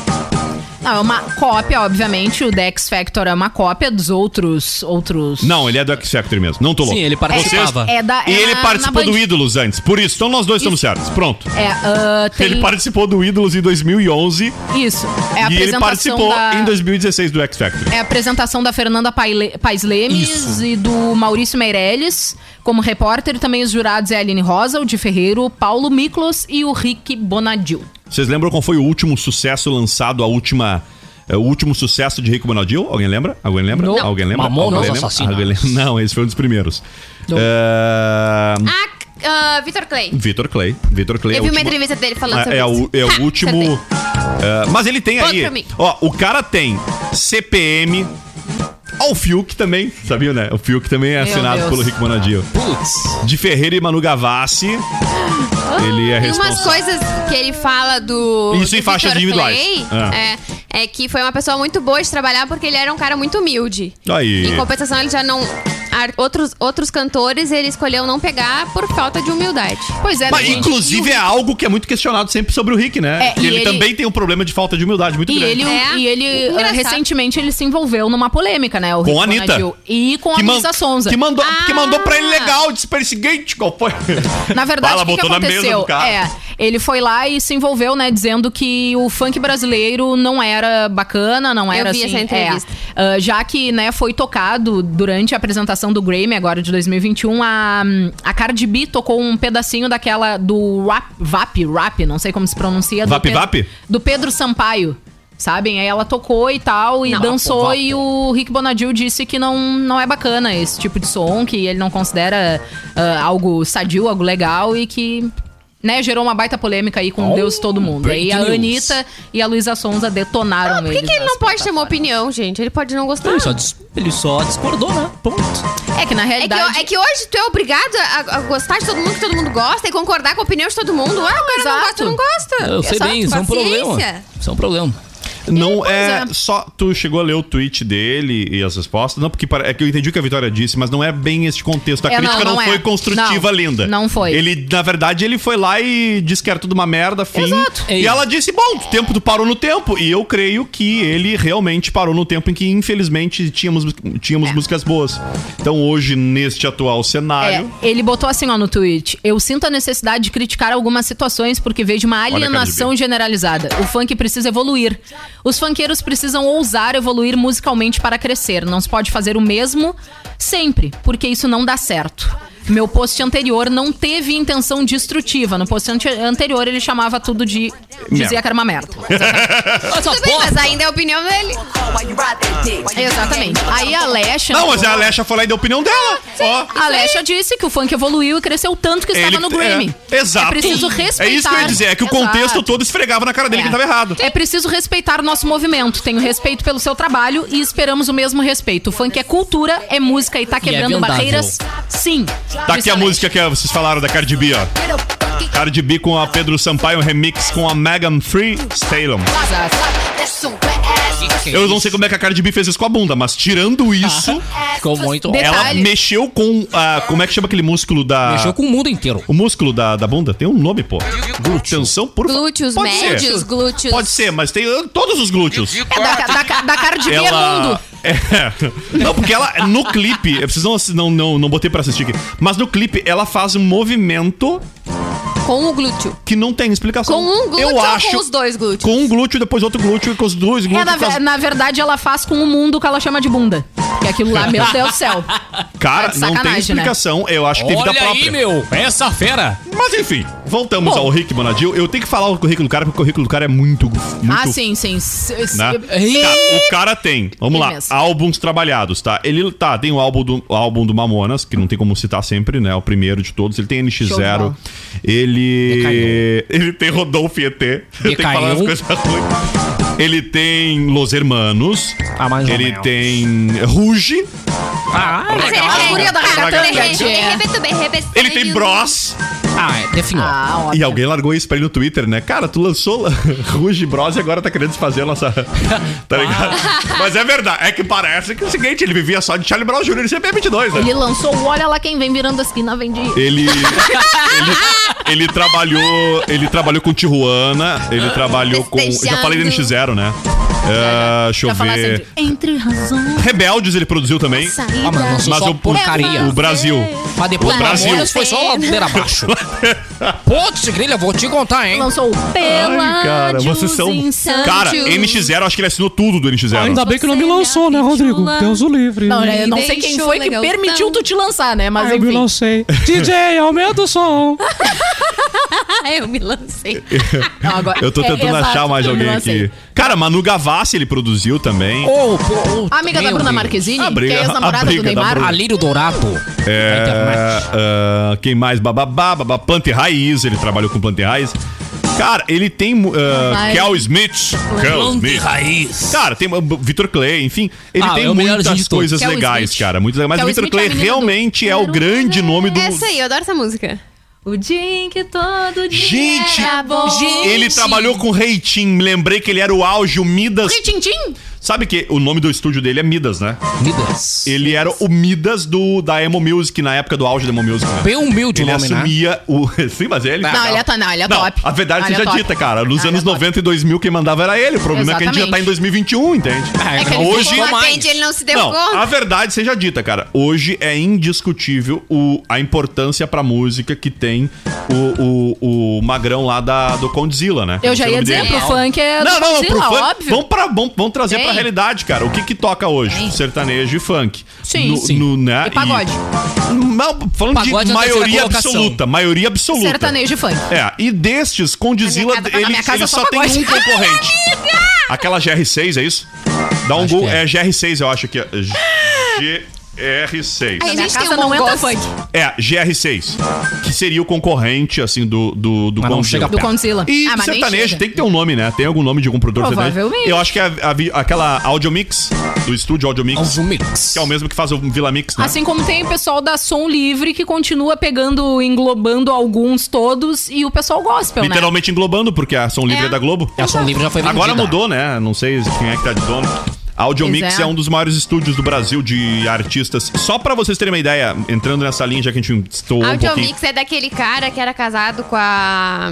S3: Não, é uma cópia, obviamente. O The X Factor é uma cópia dos outros. outros...
S2: Não, ele é do X Factor mesmo. Não tô louco.
S4: Sim, ele participava.
S3: É, é da,
S2: E
S3: é
S2: ele
S3: na-
S2: participou
S3: na Band.
S2: do Ídolos antes. Por isso, então nós dois estamos certos. Pronto.
S3: É, ah, tem...
S2: Ele participou do Ídolos em 2011
S3: Isso. É a
S2: e ele
S3: apresentação
S2: participou
S3: da...
S2: em 2016 do X Factor.
S3: É a apresentação da Fernanda Paile- Paes Lemes
S4: Isso.
S3: e do Maurício Meirelles como repórter. E também os jurados é a Aline Rosa, o Di Ferreiro, o Paulo Miklos e o Rick Bonadil.
S2: Vocês lembram qual foi o último sucesso lançado, a última... é, O último sucesso de Rico Bonadil? Alguém lembra? Alguém lembra?
S4: Não.
S2: Alguém lembra?
S4: Mamonas
S2: Alguém lembra?
S4: Assassinas.
S2: Alguém lembra? Não, esse foi um dos primeiros.
S4: Não.
S2: É,
S5: Ah, c- ah, Vitor Clay.
S2: Vitor Clay. Vitor Clay é a
S5: Eu vi uma
S2: última-
S5: entrevista dele falando
S2: É,
S5: sobre
S2: é o,
S5: isso.
S2: é o
S5: Ha,
S2: último.
S5: acertei.
S2: é, mas ele tem
S5: Ponto
S2: aí.
S5: pra mim.
S2: Ó, o cara tem CPM. Ó, o Fiuk também. Sabia, né? O Fiuk também é
S3: Meu
S2: assinado
S3: Deus.
S2: pelo Rick Monadio.
S4: Putz.
S2: De Ferreira e Manu Gavassi. Ele é
S5: Tem umas
S2: responsável.
S5: coisas que ele fala do.
S2: Isso
S5: do
S2: em faixas
S5: Vitor
S2: individuais.
S5: Clay,
S2: É.
S5: é, é que foi uma pessoa muito boa de trabalhar porque ele era um cara muito humilde.
S2: Aí.
S5: Em compensação, ele já não. ar- Outros, outros cantores ele escolheu não pegar por falta de humildade.
S3: Pois é,
S2: Mas,
S3: gente,
S2: inclusive,
S3: e o-
S2: é algo que é muito questionado sempre sobre o Rick, né?
S3: É,
S2: Que
S3: e
S2: ele,
S3: ele-
S2: também tem um problema de falta de humildade muito
S3: E
S2: grande.
S3: ele,
S5: É.
S3: e ele ah,
S5: Engraçado.
S3: recentemente ele se envolveu numa polêmica, né? O
S2: Com
S3: Rick
S2: a Anitta.
S3: Bonadil. E com a
S2: man-
S3: Luísa Sonza.
S2: que mandou, que
S5: Ah.
S2: mandou pra ele legal, disse pra ele seguinte, qual foi?
S3: Na verdade,
S2: Fala,
S3: o que, que
S2: botou na mesa
S3: aconteceu?
S2: do cara.
S3: É, ele foi lá e se envolveu, né, dizendo que o funk brasileiro não era bacana, não
S5: Eu
S3: era
S5: vi
S3: assim.
S5: essa entrevista.
S3: é. Ah, já que, né, foi tocado durante a apresentação votação do Grammy agora de 2021, a, a Cardi B tocou um pedacinho daquela do rap, VAP, rap, não sei como se pronuncia. Do
S2: Vap,
S3: Pedro-
S2: Vap?
S3: Do Pedro Sampaio. Sabem? Aí ela tocou e tal, e
S4: Não,
S3: dançou,
S4: vapo, vapo.
S3: e o Rick Bonadil disse que não, não é bacana esse tipo de som, que ele não considera ah, algo sadio, algo legal, e que né, gerou uma baita polêmica aí com
S4: Oh,
S3: Deus todo mundo. E
S4: breaking
S3: a
S4: news.
S3: Anitta e a Luísa Sonza detonaram
S5: Ah, Por que,
S3: eles
S5: que ele
S3: nas
S5: não pode ter uma opinião, gente? Ele pode não gostar.
S2: é
S4: Ele só, dis- ele só discordou, né? Ponto.
S3: É que na
S5: É que,
S3: realidade.
S5: é que hoje tu é obrigado a, a gostar de todo mundo que todo mundo gosta e concordar com a opinião de todo mundo. Ah, o cara não
S3: exato.
S5: gosta, tu não gosta.
S4: Eu sei
S5: Só
S4: bem, isso é um
S5: paciência.
S4: problema. Isso é um problema.
S2: Não
S3: pois
S2: é,
S3: é.
S2: só tu chegou a ler o tweet dele e as respostas, não porque para- é que eu entendi o que a Vitória disse, mas não é bem este contexto. A
S3: É,
S2: crítica não,
S3: não, não
S2: foi
S3: é.
S2: construtiva,
S3: Não,
S2: linda.
S3: não foi.
S2: Ele, na verdade, ele foi lá e disse que era tudo uma merda, fim.
S4: Exato. É
S2: E
S4: isso.
S2: ela disse: "Bom, o tempo tu parou no tempo". E eu creio que ele realmente parou no tempo em que infelizmente tínhamos tínhamos músicas boas. Então, hoje neste atual
S3: É,
S2: cenário,
S3: ele botou assim ó no tweet: Eu sinto a necessidade de criticar algumas situações porque vejo uma
S2: Olha a cara de
S3: alienação
S2: bico.
S3: generalizada. O funk precisa evoluir. Os funkeiros precisam ousar evoluir musicalmente para crescer. Não se pode fazer o mesmo sempre, porque isso não dá certo. Meu post anterior não teve intenção destrutiva. No post ante- anterior ele chamava tudo de. dizia que era uma merda.
S4: Essa
S5: Tudo bem,
S4: bosta.
S5: mas ainda é a opinião dele.
S3: Exatamente. Aí né? a Lesha.
S2: Não, mas é a Alexa foi lá e deu a opinião dela. Ó.
S3: A Alexa disse que o funk evoluiu e cresceu tanto que estava
S2: Ele-
S3: no Grammy.
S2: é, exato.
S3: É preciso
S2: É
S3: respeitar.
S2: isso que eu ia dizer, é que o contexto
S3: Exato.
S2: todo esfregava na cara dele
S3: É.
S2: que ele tava errado.
S3: É preciso respeitar nosso movimento. Tenho respeito pelo seu trabalho e esperamos o mesmo respeito. O funk é cultura, é música e tá quebrando
S4: vendável.
S3: barreiras. Sim.
S2: Tá aqui
S3: Disse
S2: a
S3: Alexa.
S2: música que vocês falaram da Cardi B, ó. Cardi B com a Pedro Sampaio um remix com a Megan Free Stalem.
S3: Exato.
S2: Eu não sei como é que a Cardi B fez isso com a bunda, mas tirando isso,
S4: Ficou muito.
S3: Detalhe.
S2: ela mexeu com a. Como é que chama aquele músculo da.
S4: Mexeu com o mundo inteiro.
S2: O músculo da, da bunda tem um nome, pô. Glutensão por fa-
S5: Glúteos,
S2: Pode ser.
S5: médios, glúteos.
S2: Pode ser, mas tem uh, todos os glúteos.
S3: É da, da, da, da cara de Ela... mundo. É,
S2: Ela. É. Não, porque ela, no clipe, vocês não, não, não, não botei pra assistir aqui, mas no clipe ela faz um movimento
S5: Com o glúteo.
S2: que não tem explicação.
S5: Com um glúteo
S2: Eu
S5: ou
S2: acho,
S5: com os dois glúteos?
S2: Com um glúteo, depois outro glúteo, e com os dois
S3: É,
S2: glúteos.
S3: na,
S2: com as-
S3: ve- na verdade, ela faz com o mundo o que ela chama de bunda. Que aquilo lá, meu Deus do céu.
S2: Cara,
S3: tá de
S2: não tem
S3: sacanagem, né?
S2: explicação. Eu acho que teve da própria.
S4: meu. Essa fera.
S2: Mas enfim, voltamos
S3: Bom.
S2: ao Rick Bonadil. Eu tenho que falar o currículo do cara, porque o currículo do cara é muito. muito
S3: Ah, sim, sim. S- s-
S2: né?
S4: Ih!
S2: Tá, o cara tem, vamos
S3: Ele
S2: lá,
S3: mesmo.
S2: álbuns trabalhados, tá? Ele tá, tem o álbum do, o álbum do Mamonas, que não tem como citar sempre, né? O primeiro de todos. Ele tem
S3: Show de
S2: NX0.
S3: bola.
S2: Ele.
S4: Decaiu.
S2: Ele tem Rodolfo e ET. Eu tenho que falar
S4: Decaiu.
S2: as coisas ruins. Ele tem Los Hermanos.
S4: Ah, mais ou
S2: ele
S4: menos.
S2: tem Ruge.
S4: Ah,
S5: Mas ele
S4: legal.
S5: é a guria da
S2: Ragatanga,
S3: tia.
S2: Ele tem Bros.
S4: Ah, é, definhou.
S3: Ah,
S2: E
S3: óbvio.
S2: alguém largou isso pra ele no Twitter, né? Cara, tu lançou Ruge Bros e agora tá querendo desfazer a nossa. tá ligado? Mas é verdade. É que parece que é o seguinte, ele vivia só de Charlie Brown Jr. Ele sempre é 22, né?
S3: Ele lançou o Olha Lá Quem Vem Virando a Esquina, vendi.
S2: Ele, ele, ele trabalhou ele trabalhou com Tijuana, ele trabalhou com. eu Já falei do NX0, né? É, deixa eu
S3: Pra falar assim
S2: ver.
S3: sempre. Entre razões.
S2: Rebeldes ele produziu também.
S4: Ah, mas não sou
S2: Mas
S4: só
S2: o-
S4: porcaria.
S2: O Brasil.
S4: Mas depois
S2: O
S4: do
S2: Brasil.
S4: Mamonas foi só ladeira abaixo. Putz, grilha, vou te contar, hein?
S3: Lançou o Pela
S2: Ai, cara, vocês são. Cara, NX0, acho que ele assinou tudo do NX0.
S4: bem que não
S5: me lançou, né, Rodrigo? Deus
S4: o livre.
S3: Não, né, eu não sei quem
S5: Deixou
S3: foi que
S5: legal.
S3: permitiu tu te lançar, né? Mas enfim.
S4: Ah, lancei. DJ, aumenta o som.
S5: Ah, eu me lancei.
S3: Não, agora-
S2: Eu tô
S3: é,
S2: tentando
S3: exato,
S2: achar mais
S3: eu me
S2: alguém
S3: lancei.
S2: aqui. Cara, Manu Gavassi ele produziu também.
S4: Oh, pô, oh,
S3: A amiga da
S4: meu
S3: Bruna
S4: Deus.
S3: Marquezine,
S2: A briga-
S3: que é
S2: a
S3: ex-namorada
S2: briga
S3: do
S2: da
S3: Neymar.
S2: Bruna.
S4: Alírio Dourado.
S2: É,
S4: Da internet.
S2: ah, quem mais? Bababá, babá, Planta e Raiz, ele trabalhou com Planta e Raiz. Cara, ele tem. ah,
S3: Ai.
S2: Kel Smith. Kel
S4: Planta e
S2: Smith.
S4: raiz.
S2: Cara, tem ah, Vitor Clay, enfim. Ele
S4: Ah,
S2: tem
S4: é o melhorzinho
S2: muitas
S4: de todos.
S2: coisas
S3: Kel
S2: legais,
S3: Smith.
S2: cara. Muitas legais. Mas
S3: Kel
S2: o Vitor
S3: Smith é
S2: Clay
S3: a menina do- é
S2: realmente é o grande nome do.
S5: Essa aí, eu adoro essa música.
S3: O dia em que todo dia
S2: Gente,
S3: era Tá bom.
S2: Ele trabalhou com Reitim. Lembrei que ele era o auge, o Midas.
S3: Oi, Tim Tim.
S2: Sabe que o nome do estúdio dele é Midas, né?
S4: Midas.
S2: Ele era o Midas do, da Emo Music, na época do auge da Emo Music. né?
S4: Bem humilde
S2: Ele
S4: o nome, né?
S2: assumia o. Sim, mas ele.
S3: Não, ele é, to- não, ele é top.
S2: A verdade
S3: Não, ele
S2: seja
S3: é top.
S2: dita, cara. Nos
S3: Ah, ele
S2: anos
S3: é top.
S2: 90 e 2000, quem mandava era ele. O problema é que a gente já tá em
S3: Exatamente.
S2: 2021, entende?
S4: É
S3: que ele
S2: hoje.
S5: Como
S4: Não mais.
S5: atende, ele não se deu
S2: Não, a
S5: conta.
S2: verdade seja dita, cara. Hoje é indiscutível o, a importância pra música que tem o, o, o magrão lá da, do Condzilla, né?
S3: Eu já
S2: Não sei o
S3: ia
S2: nome
S3: dizer,
S2: dele.
S3: pro funk é
S2: Não, não, não, pro
S3: Godzilla,
S2: fã.
S3: óbvio.
S2: Vamos, pra, vamos, vamos trazer
S3: É,
S2: pra realidade, cara. O que que toca hoje?
S4: Tem.
S2: Sertanejo e funk.
S3: Sim,
S2: no,
S4: sim.
S2: No, né?
S3: E pagode. é
S2: Não, falando
S4: Pagode
S2: de
S4: na terceira
S2: maioria
S4: colocação.
S2: absoluta. Maioria absoluta.
S3: Sertanejo e funk.
S2: É, e destes, Condizila,
S3: Na minha casa- na
S2: ele,
S3: minha casa
S2: ele
S3: é só
S2: só tem
S3: pagode.
S2: um concorrente. Aquela GR6, é isso? Dá um
S4: Acho
S2: gol.
S4: que é.
S2: É. GR6, eu acho que é. GR6.
S5: Aí a
S3: Na
S5: gente tem
S3: casa
S5: um
S3: não
S5: bom
S3: entra
S5: gosto.
S3: funk.
S2: É, GR6. Que seria o concorrente, assim, do, do, do
S4: Mas não
S2: Condzilla.
S4: chega
S3: Do Condzilla.
S2: E
S3: Ah,
S2: do
S3: mas nem
S2: sertanejo,
S3: chega.
S2: tem que ter um nome, né? Tem algum nome de algum produtor
S3: Provavelmente.
S2: sertanejo. Eu acho que é a, vi- aquela Audio Mix, do estúdio Audio Mix,
S4: Ao mix.
S2: que é o mesmo que faz o Vila Mix, né?
S3: Assim como tem o pessoal da Som Livre que continua pegando, englobando alguns todos e o pessoal gospel, né?
S2: Literalmente englobando, porque a Som Livre
S3: É.
S2: é, da Globo.
S4: A Som Livre já foi vendida.
S2: Agora mudou, né? Não sei quem é que tá de dono. A Audiomix
S3: Pois
S2: é.
S3: é.
S2: um dos maiores estúdios do Brasil de artistas. Só pra vocês terem uma ideia, entrando nessa linha, já que a gente estou um pouquinho...
S5: Audiomix é daquele cara que era casado com a.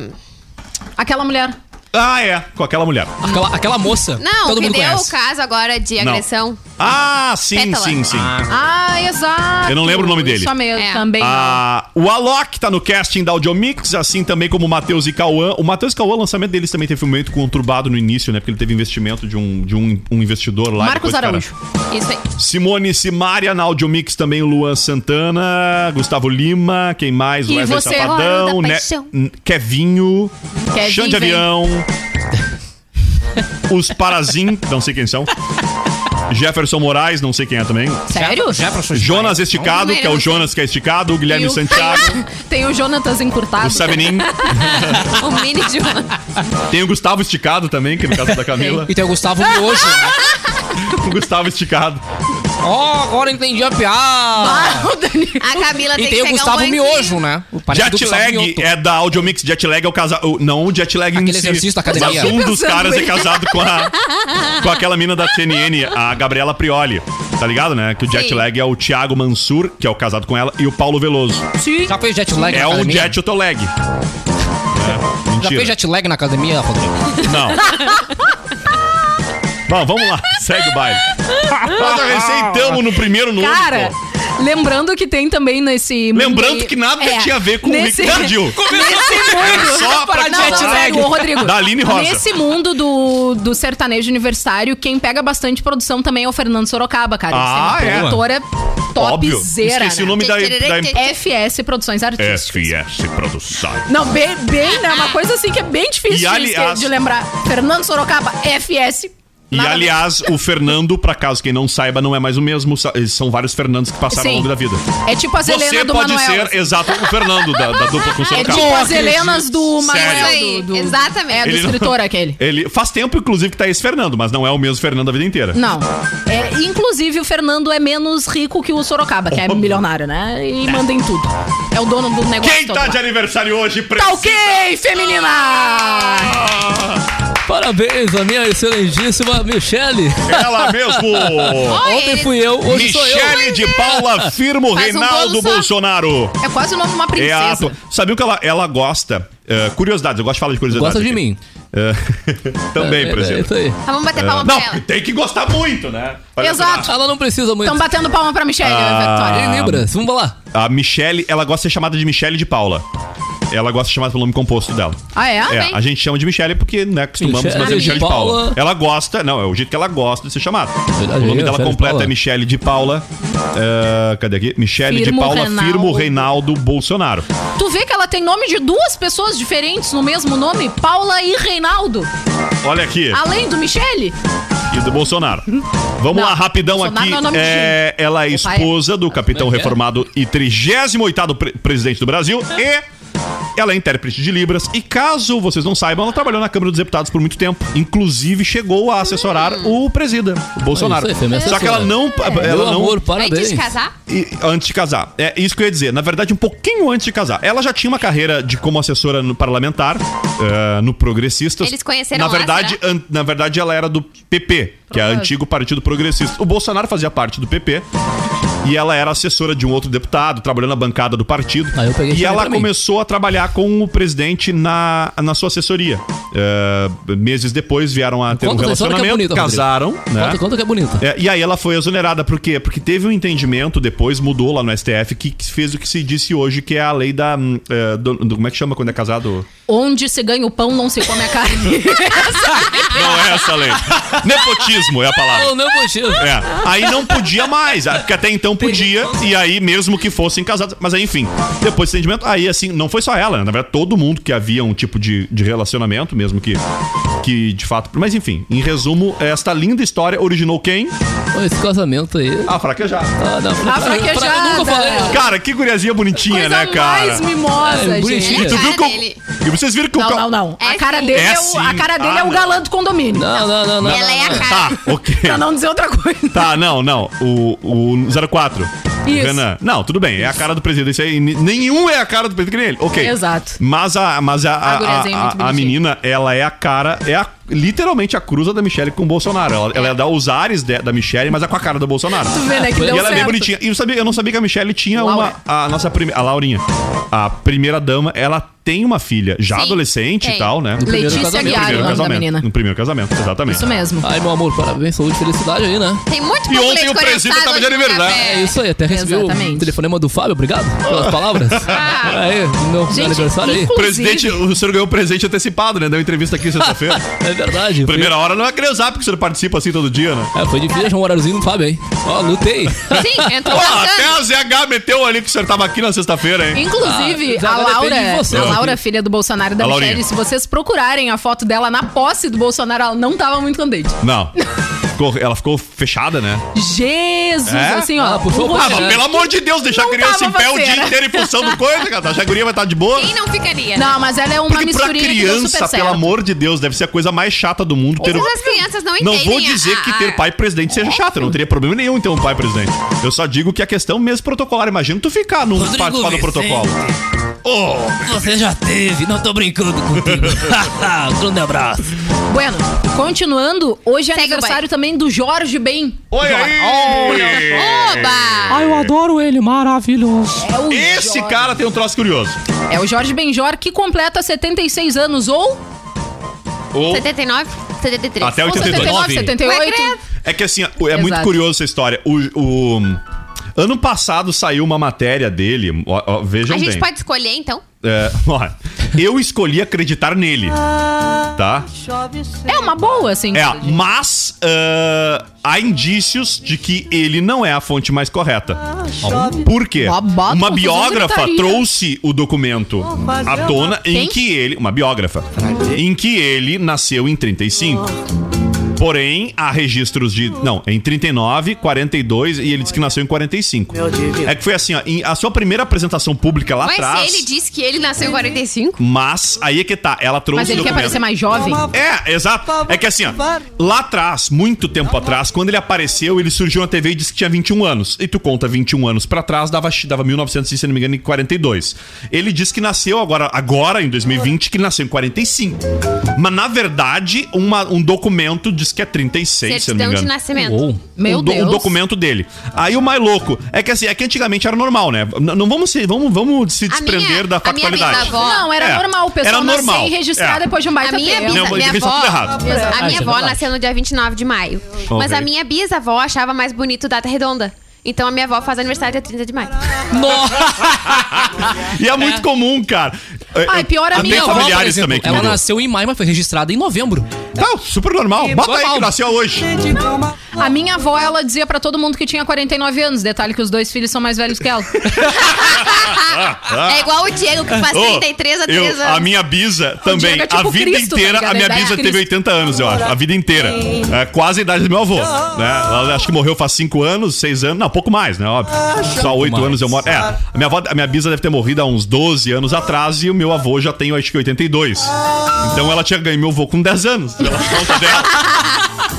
S3: Aquela mulher.
S2: Ah, é. Com aquela mulher.
S4: Aquela, aquela moça.
S5: Não,
S4: todo
S5: que
S4: mundo
S5: deu o
S4: conhece.
S5: caso agora de
S2: Não.
S5: agressão.
S2: Ah, sim,
S5: Pétala.
S2: sim, sim.
S3: Ah, exato.
S2: Eu não lembro o nome dele.
S3: Isso mesmo,
S5: É.
S3: também.
S2: Ah, o Alok tá no casting da Audiomix, assim também como o Matheus e Cauã. O Matheus e Cauã, o lançamento deles também teve um momento conturbado no início, né? Porque ele teve investimento de um, de um, um investidor lá.
S3: Marcos
S2: depois, cara,
S3: Araújo.
S5: Isso aí.
S2: Simone Simária na Audiomix também, Luan Santana, Gustavo Lima, quem mais?
S3: E
S2: Wesley
S3: você,
S2: Safadão,
S5: Roda da
S2: né?
S5: Paixão.
S2: N- Kevinho,
S3: Kevin
S2: Xande
S3: vem.
S2: Avião, os Parazim, não sei quem são, Jefferson Moraes, não sei quem é também,
S3: Sério?
S4: Jefferson
S2: Jonas Esticado,
S5: Não,
S2: que é o
S5: não sei.
S2: Jonas que é esticado, o
S3: E
S2: é Guilherme
S3: o-
S2: Santiago,
S3: Tem o Jonatas encurtado.
S2: o Sabinim,
S5: O mini de uma.
S2: tem o Gustavo Esticado também, que é no caso da Camila,
S4: E tem o Gustavo Miojo. né?
S2: o Gustavo Esticado.
S4: Ó, agora entendi a piada.
S3: Ah, o Daniel.
S5: A Camila tem,
S4: E
S5: que
S4: tem o
S5: pegar
S4: Gustavo
S5: um banquinho.
S4: Miojo, né? O parente do Gustavo
S2: Jetlag
S4: Mioto.
S2: é da Audiomix. Jetlag é o casal. Não o jetlag em
S4: Aquele
S2: si.
S4: exercício da
S2: Mas
S4: academia.
S2: um dos
S3: Pensando
S2: caras é
S3: ele.
S2: casado com a. Com aquela mina da CNN, a Gabriela Prioli. Tá ligado, né? Que o jetlag é o Thiago Mansur, que é o casado com ela, e o Paulo Veloso.
S4: Tá
S3: Sim.
S4: Já fez jet lag
S2: É
S4: na
S2: um
S4: academia?
S2: jet otolag. É,
S4: Já fez
S2: mentira.
S4: jet lag na academia, Rodrigo?
S2: Não. Bom, vamos lá. Segue o baile. Nós aceitamos no primeiro número.
S3: Cara,
S2: pô.
S3: lembrando que tem também nesse. mundo
S2: Lembrando
S3: aí-
S2: que nada
S3: É,
S2: tinha a ver com
S3: nesse-
S2: o Ricardinho.
S3: Nesse mundo.
S2: Só pra
S3: Não, não,
S2: jet
S3: sério, ô, Rodrigo.
S2: Da Aline Rosa.
S3: Nesse mundo do, do sertanejo universitário, quem pega bastante produção também é o Fernando Sorocaba, cara.
S2: Ah,
S3: Ele tem
S2: é.
S3: uma produtora
S2: Óbvio.
S3: topzera.
S2: Esqueci o
S3: né?
S2: nome da, da,
S3: FS Produções Artísticas.
S2: FS Produção.
S3: Não, bem, bem, né? Uma coisa assim que é bem difícil
S2: E,
S3: de-
S2: aliás-
S3: de lembrar. Fernando Sorocaba, FS.
S2: E
S3: Nada
S2: aliás, o Fernando, pra caso quem não saiba, não é mais o mesmo. Sa- eles São vários Fernandos que passaram ao
S3: Sim.
S2: tá longo da vida.
S3: É tipo as
S2: Você
S3: Helena do
S2: pode
S3: Manuel.
S2: ser exato o Fernando da, da dupla com
S3: É
S2: Sorocaba.
S3: tipo as Helenas do
S2: Sério.
S5: Isso aí,
S3: Manuel. do- do-
S5: exatamente.
S3: É, do
S2: Ele não-
S3: escritor aquele.
S2: Ele faz tempo, inclusive, que tá esse Fernando, mas não é o mesmo Fernando a vida inteira.
S3: Não. É, inclusive, o Fernando é menos rico que o Sorocaba, que é milionário, né? E manda em tudo. É o dono do negócio
S2: Quem
S3: todo.
S2: tá
S3: lá.
S2: de aniversário hoje
S3: Tá
S2: precisa... Ah,
S3: ok, feminina!
S4: Parabéns a minha excelentíssima Michele.
S2: é Ela mesmo!
S5: Oi,
S4: Ontem
S5: ele-
S4: fui eu, hoje sou eu.
S2: Michele de Paula Firmo
S5: Faz um
S2: Reinaldo
S5: bolo só.
S2: Bolsonaro.
S3: É quase o nome de
S2: É
S3: uma
S2: a
S3: princesa.
S2: atua... Sabia que ela, ela gosta? eh, curiosidades, eu gosto de falar de curiosidades.
S4: Gosta de
S2: aqui.
S4: mim.
S2: Eh, também,
S4: É
S2: presidente.
S4: isso aí.
S5: Tá, vamos bater palma pra
S2: Não,
S5: ela.
S2: tem que gostar muito, né? Olha
S3: Exato.
S2: só.
S4: Ela não precisa muito.
S5: Então,
S3: Estão batendo palma pra Michelle, né,
S2: Ah.
S3: Vitória.
S4: Ei, Libras, vamos lá.
S2: A Michelle, ela gosta de ser chamada de Michelle de Paula. Ela gosta de ser chamada pelo nome composto dela.
S3: Ah, é?
S2: É, a gente chama de Michelle porque, né, costumamos, mas é
S4: Michele
S2: Michelle
S4: de
S2: de Paula.
S4: Paula.
S2: Ela gosta, não, é o jeito que ela gosta de ser chamada.
S4: Verdade,
S2: o nome
S4: é,
S2: dela
S4: Michele de
S2: completo
S4: Paula.
S2: é Michelle de Paula. eh, cadê aqui? Michelle de
S3: Firmo
S2: Paula
S3: Reinaldo.
S2: Firmo Reinaldo Bolsonaro.
S3: Tu vê que ela tem nome de duas pessoas diferentes no mesmo nome, Paula e Reinaldo,
S2: Olha aqui,
S3: além do Michele.
S2: e do Bolsonaro. Vamos
S3: Não,
S2: lá, rapidão
S3: Bolsonaro
S2: aqui.
S3: não é nome de
S2: É, ela é
S3: pai é.
S2: esposa do capitão
S4: como é que é?
S2: reformado e 38º pre presidente do Brasil e ela é intérprete de Libras e caso vocês não saibam, ela trabalhou na Câmara dos Deputados por muito tempo. Inclusive chegou a assessorar
S3: Hum.
S2: o presida, o Bolsonaro.
S4: Ah, isso aí, foi
S2: Só que ela não...
S4: Meu
S2: Ela não
S4: amor, parabéns.
S5: Antes de casar?
S2: e- antes de casar. É isso que eu ia dizer. Na verdade, um pouquinho antes de casar. Ela já tinha uma carreira de como assessora no parlamentar, eh, no Progressistas.
S5: Eles conheceram né?
S2: na
S5: Uhum. lá,
S2: verdade, an- Na verdade, ela era do PP, que é o antigo Partido Progressista. O Bolsonaro fazia parte do PP. E ela era assessora de um outro deputado, trabalhando na bancada do partido.
S4: Ah, eu peguei
S2: e
S4: isso aí
S2: ela
S4: pra mim.
S2: começou a trabalhar com o presidente na, na sua assessoria. Eh, meses depois vieram a ter
S4: Conta
S2: um
S4: essa história que é
S2: relacionamento,
S4: bonita,
S2: casaram.
S4: Rodrigo.
S2: Né?
S4: Conta, conta que é bonita.
S2: É, e aí ela foi exonerada, por quê? Porque teve um entendimento, depois mudou lá no STF, que que fez o que se disse hoje, que é a lei da. hum, é, do- do- como é que chama quando é casado?
S3: Onde se ganha o pão, não se come a carne.
S2: Não é essa a lei. Nepotismo é a palavra.
S4: Não, não, possível.
S2: É. Aí não podia mais, ah, porque até então podia, e aí mesmo que fossem casados, mas aí, enfim, depois desse entendimento, aí assim, não foi só ela, na verdade todo mundo que havia um tipo de, de relacionamento, mesmo que, que de fato, mas enfim, em resumo, esta linda história originou quem?
S4: Esse casamento aí.
S2: A fraquejada.
S4: Ah, não,
S3: A fraquejada.
S4: Eu nunca falei.
S2: Cara, que guriazinha bonitinha,
S3: Coisa
S2: né, cara?
S3: mais mimosa,
S4: É,
S3: gente.
S4: bonitinho.
S2: E tu viu
S5: Cara
S2: que eu-
S5: dele.
S2: E vocês viram que o
S3: Não,
S2: ca-
S3: não, não. A
S5: É
S3: cara
S5: sim.
S3: dele é,
S2: É
S3: o, a
S2: sim.
S3: cara dele
S2: Ah,
S3: é o
S2: não.
S3: galã do condomínio.
S4: Não, não, não, não.
S5: Ela é a cara.
S2: Tá, ok.
S3: Pra não dizer outra coisa.
S2: Tá, não, não. O, o 04.
S3: Isso.
S2: Renan. Não, tudo bem. É a cara do presidente. Isso aí, ni- nenhum é a cara do presidente que nem ele. Ok.
S3: Exato.
S2: Mas a, mas a, a,
S3: A guriazinha é
S2: a-
S3: muito
S2: a
S3: bonitinha.
S2: menina, ela é a cara, é a- literalmente a cruza da Michelle com o Bolsonaro. Ela, ela dá os ares de- da Michelle, mas é com a cara do Bolsonaro.
S3: Tu vê, né, que
S2: E
S3: deu
S2: ela é bem
S3: certo.
S2: bonitinha. E eu, sabia, eu não sabia que a Michelle tinha
S3: Laura.
S2: uma. A nossa primeira. A Laurinha. A primeira dama, ela tem uma filha, já
S5: Sim,
S2: adolescente e
S5: tem.
S2: tal, né?
S4: No primeiro
S3: Letícia
S4: casamento,
S3: Aguiar,
S2: primeiro
S3: o nome da
S2: casamento. Hum,
S3: menina.
S2: No primeiro casamento, exatamente.
S3: Isso é mesmo.
S4: Ai, meu amor, parabéns, saúde e felicidade aí, né?
S5: Tem
S2: E
S5: muito pouco
S2: ontem
S5: leite
S2: o presídio
S5: condensado
S2: tava de
S5: hoje no
S2: aniversário.
S5: café.
S4: É isso aí, até recebi
S3: Exatamente.
S4: o telefonema do Fábio, obrigado pelas palavras.
S5: Ah.
S2: Ah.
S4: aí, meu meu
S3: Gente,
S4: aniversário aí.
S3: inclu-
S2: Presidente, o senhor ganhou um presente antecipado, né? Deu entrevista aqui sexta-feira.
S4: É verdade. foi-
S2: Primeira hora não é criançar, porque o senhor participa assim todo dia, né?
S4: É, foi difícil achar um horáriozinho no Fábio, hein? Ó, lutei.
S5: Sim, entrou
S2: Ó, até
S3: é-
S5: bacana.
S2: a ZH meteu ali que o senhor tava aqui na sexta-feira, hein?
S3: Inclusive,
S4: Ah,
S3: a Laura, é
S4: depende de você,
S3: a
S4: né?
S3: Laura, filha do Bolsonaro e da
S2: A
S3: Michelle,
S2: Laurinha.
S3: se vocês procurarem a foto dela na posse do Bolsonaro, ela não tava muito contente.
S2: Não. Ficou- ela ficou fechada, né?
S3: Jesus,
S2: É?
S3: assim, ó.
S4: Ah, puxou
S3: o
S4: o
S2: Ah,
S3: rosto-
S4: Pois
S2: mas
S4: é.
S2: pelo amor de Deus, deixar
S3: Não
S2: a criança em
S3: tava né?
S2: pé o
S3: vacina.
S2: dia inteiro em função do coisa, cara. A guria vai estar de boa.
S5: Quem não ficaria?
S3: Não, mas ela é uma
S2: Porque pra
S3: misturinha que deu
S2: criança,
S3: super
S2: pelo
S3: certo.
S2: amor de Deus, deve ser a coisa mais chata do mundo ter
S5: Essas crianças não
S2: Não
S5: entendem.
S2: vou dizer
S5: a-
S2: que ter
S5: a-
S2: pai presidente seja chato, eu não teria problema nenhum em ter um pai presidente. Eu só digo que a questão mesmo protocolar. Imagina tu ficar num
S4: Rodrigo
S2: participar do
S4: Vicente.
S2: protocolo. Oh,
S4: Você já teve, não tô brincando contigo. um grande abraço.
S3: Bueno, continuando, hoje é
S5: Segue o
S3: aniversário também do Jorge Ben.
S2: oi aí!
S5: Oba!
S4: eu adoro ele, maravilhoso.
S3: É o
S2: Esse
S3: Jorge-
S2: cara tem um troço curioso.
S3: É o Jorge Benjor que completa 76 anos ou
S2: Ou
S5: 79, 73.
S2: é até
S3: ou
S2: 89.
S3: 79, 78.
S5: Ué, credo.
S2: É que assim, ó, é muito
S3: Exato.
S2: curioso essa história. O, o- ano passado saiu uma matéria dele, ó, ó, vejam
S5: A gente
S2: bem.
S5: pode escolher, então?
S2: É, ó, eu escolhi acreditar nele, tá?
S3: É uma boa, assim.
S2: É, mas ah, há indícios de que ele não é a fonte mais correta.
S3: Ah,
S2: Por quê?
S3: Ó, bota
S2: Uma
S3: confusão,
S2: biógrafa
S3: gritaria.
S2: trouxe o documento à tona em
S3: Quem?
S2: que ele. Uma biógrafa. Em que ele nasceu em 35. Porém, há registros de. Não, em 39, 42 e ele disse que nasceu em 45. É que foi assim, ó. em- a sua primeira apresentação pública lá
S5: Mas
S2: atrás.
S5: se ele disse que ele nasceu em 45,
S2: Mas aí é que tá. Ela trouxe
S3: Mas ele
S2: o
S3: quer
S2: documento.
S3: parecer mais jovem.
S2: É, exato. É que assim, ó, lá atrás, muito tempo atrás, quando ele apareceu, ele surgiu na TV e disse que tinha 21 anos. E tu conta 21 anos pra trás, dava, dava 1900, se não me engano, em 42. Ele disse que nasceu agora, agora em 2020, que ele nasceu em 45. Mas na verdade, uma- um documento diz que é 36, se eu não me
S5: certidão de
S2: engano.
S5: nascimento.
S3: Meu
S2: o, do- o
S3: Deus.
S2: documento dele. Aí o mais louco é que assim, é que antigamente era normal, né? N- não vamos se, vamos, vamos se desprender
S5: minha-
S2: da
S5: a minha
S2: factualidade.
S5: bisavó-
S3: Não, era
S2: É,
S3: normal. O pessoal
S2: era normal.
S3: nascer e registrar
S2: É.
S3: depois de um baita
S5: A minha,
S3: tempo.
S5: bisa,
S2: Não, mas
S5: minha
S2: ele fez
S5: avó,
S2: tudo errado.
S5: a
S4: Ah, isso
S5: minha
S4: é
S5: avó
S4: verdade.
S5: nasceu no dia 29 de maio. Mas a
S2: Ok.
S5: minha bisavó achava mais bonito data redonda. Então a minha avó faz aniversário dia 30 de maio.
S2: E é muito comum, cara. É,
S3: Ai,
S2: eu-
S3: pior a
S2: eu
S3: minha
S2: tenho
S3: avó, por
S2: familiares também que
S4: ela
S2: mudou.
S4: nasceu em maio, mas foi registrada em novembro.
S2: Tá, super normal. Bota aí que
S4: normal.
S2: nasceu hoje.
S3: A minha avó, ela dizia pra todo mundo que tinha 49 anos. Detalhe que os dois filhos são mais velhos que ela.
S5: É igual o Diego que faz
S2: Ah. Ô,
S5: 33 a 3
S2: eu-
S5: anos.
S2: A minha bisa
S3: Diego
S2: também.
S3: é tipo
S2: a vida
S3: Cristo,
S2: inteira,
S3: tá ligado?
S2: a minha
S3: Ele é
S2: bisa teve
S3: Cristo.
S2: 80 anos, eu acho. A vida inteira. É, quase a idade do meu avô. Né? Ela acho que morreu faz 5 anos, 6 anos. Não, pouco mais, né? Óbvio. Só 8
S4: mais.
S2: anos eu moro. É, a minha, avó, a minha bisa deve ter morrido há uns 12 anos atrás e o meu avô já tem, acho que, 82. Então ela tinha ganho meu avô com 10 anos. Pela conta dela.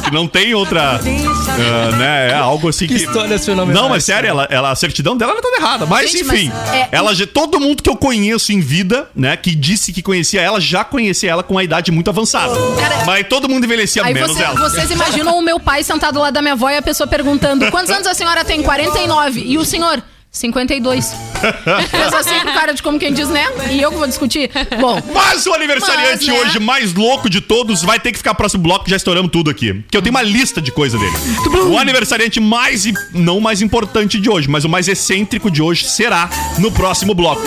S2: Que não tem outra. é, né? É algo assim que.
S4: Que histórias fenomenais.
S2: Não, mas sério, ela, ela- a certidão dela era toda errada. Mas
S3: Gente,
S2: enfim,
S3: mas é-
S2: ela já- todo mundo que eu conheço em vida, né, que disse que conhecia ela, já conhecia ela com uma idade muito avançada.
S3: Cara-
S2: mas todo mundo envelhecia
S3: Aí
S2: é menos
S3: você-
S2: ela.
S3: vocês imaginam o meu pai sentado lá da minha avó e a pessoa perguntando: quantos anos a senhora tem? 49. E o senhor? 52. Eu só sei assim, com cara de como quem diz, né? E eu que vou discutir. Bom,
S2: Mas o aniversariante
S3: Mas, né?
S2: hoje mais louco de todos vai ter que ficar próximo bloco, que já estouramos tudo aqui. Porque eu tenho uma lista de coisa dele. O aniversariante mais, im- não mais importante de hoje, mas o mais excêntrico de hoje será no próximo bloco.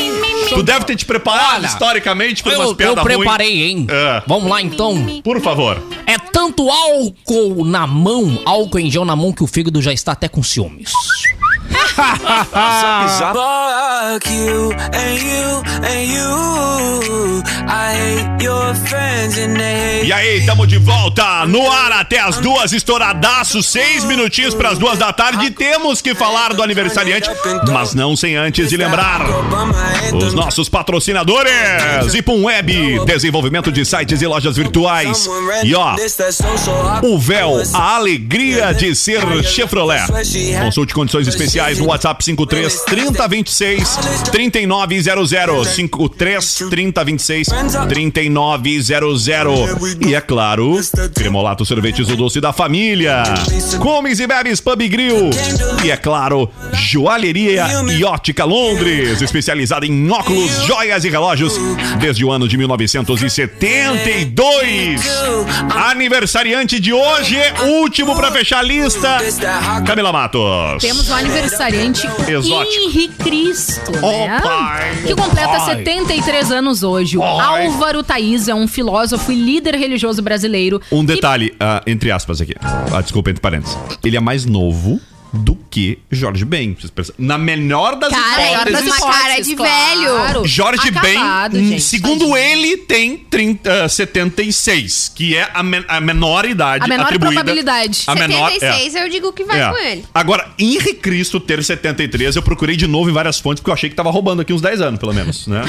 S2: Tu deve ter te preparado
S4: Olha,
S2: historicamente pra umas
S4: Eu, eu
S2: piadas ruins.
S4: preparei, hein?
S2: É.
S4: Vamos lá então.
S2: Por favor.
S4: É tanto álcool na mão, álcool em gel na mão, que o fígado já está até com ciúmes.
S6: Fuck you and you and you. I hate your friends and they
S2: E aí, tamo de volta no ar até as duas, estouradaço, seis minutinhos pras duas da tarde. E Temos que falar do aniversariante, mas não sem antes de lembrar
S1: é
S2: os nossos patrocinadores. Ipum Web, desenvolvimento de sites e lojas virtuais. E ó,
S1: é
S2: o véu, a alegria de ser Chevrolet. Consulte condições especiais no WhatsApp 53 3026 3900. 53 3026 3900. E é claro, Cremolato Sorvetes o Doce da Família. Comes e Bebes Pub e Grill. E é claro, Joalheria e Ótica Londres, especializada em óculos, joias e relógios desde o ano de 1972. Aniversariante de hoje, último pra fechar a lista. Camila Matos.
S3: Temos um aniversariante
S2: Exótico.
S3: Henri Cristo, né?
S2: Oh, pai.
S3: que completa
S2: Pai.
S3: 73 anos hoje. O
S2: Pai.
S3: Álvaro Thaís é um filósofo e líder religioso brasileiro.
S2: Um
S3: que-
S2: detalhe, ah, entre aspas aqui. Ah, desculpa, entre parênteses. Ele é mais novo do que Jorge Ben. Vocês percebem? Na melhor das
S5: Cara,
S3: Maior
S5: ele
S3: das
S5: tem uma
S2: hipóteses.
S3: hipóteses,
S5: cara é de
S3: é claro.
S2: Jorge
S3: Acabado,
S2: Ben, hum,
S3: gente,
S2: segundo
S3: tadinho.
S2: ele, tem 30, ah, 76, que é a, men- a menor idade
S3: A menor
S2: atribuída.
S3: probabilidade.
S2: A menor, é.
S5: 76, eu digo que vai
S2: É.
S5: com ele.
S2: Agora, Henri Cristo ter 73, eu procurei de novo em várias fontes, porque eu achei que tava roubando aqui uns 10 anos, pelo menos, né?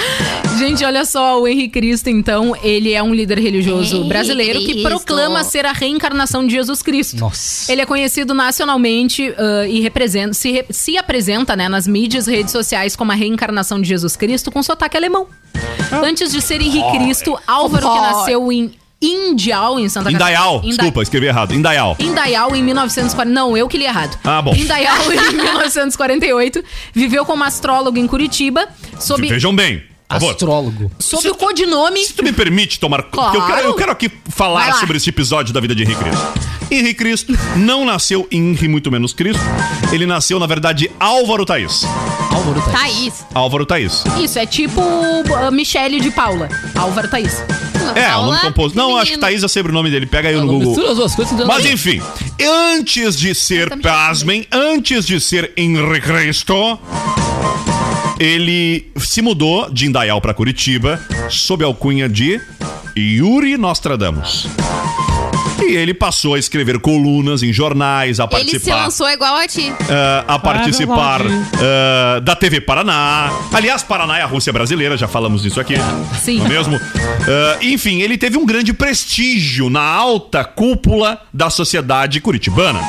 S3: Gente, olha só, o Henri Cristo, então, ele é um líder religioso
S5: Henri
S3: brasileiro que
S5: Cristo.
S3: proclama ser a reencarnação de Jesus Cristo.
S4: Nossa.
S3: Ele é conhecido nacionalmente ah, e representa, se, re- se apresenta né, nas mídias e redes sociais como a reencarnação de Jesus Cristo com sotaque alemão. Antes de ser Henri Cristo, Álvaro, que nasceu em Indial, em Santa
S2: Indaial,
S3: Inda-
S2: desculpa, escrevi errado. Indaial.
S3: Indaial em 1940. Não, eu que li errado.
S2: Ah, bom.
S3: Indaial em 1948. Viveu como astrólogo em Curitiba. Sob,
S2: Vejam bem. por favor.
S4: Astrólogo.
S3: sob o codinome.
S2: Se tu me permite tomar. porque Eu,
S3: Claro.
S2: quero, eu quero aqui
S3: Vai
S2: falar
S3: lá.
S2: sobre esse episódio da vida de Henri Cristo. Henri Cristo não nasceu em Henri, muito menos Cristo. Ele nasceu, na verdade, Álvaro Thaís.
S4: Álvaro
S5: Tá
S4: Thaís.
S5: Thaís.
S2: Álvaro Thaís.
S3: Isso, é tipo uh, Michele de Paula. Álvaro Thaís.
S2: É,
S3: tá
S2: o
S5: Paula,
S2: nome composto. Não, acho que
S5: menino.
S2: Thaís eu sei o nome dele. Pega aí
S4: Não,
S2: no
S4: não
S2: Google.
S4: mistura as duas coisas. não
S2: Mas
S4: dá
S2: enfim, antes de ser, pasmem, antes de ser Henri Cristo, ele se mudou de Indaial pra Curitiba sob a alcunha de Yuri Nostradamus. E ele passou a escrever colunas em jornais, a
S5: Ele se
S2: participar,
S5: lançou igual a ti.
S2: ah, a participar ah, da TV Paraná. Aliás, Paraná é a Rússia brasileira, já falamos disso aqui.
S3: Sim.
S2: Não é mesmo? Ah, enfim, ele teve um grande prestígio na alta cúpula da sociedade curitibana.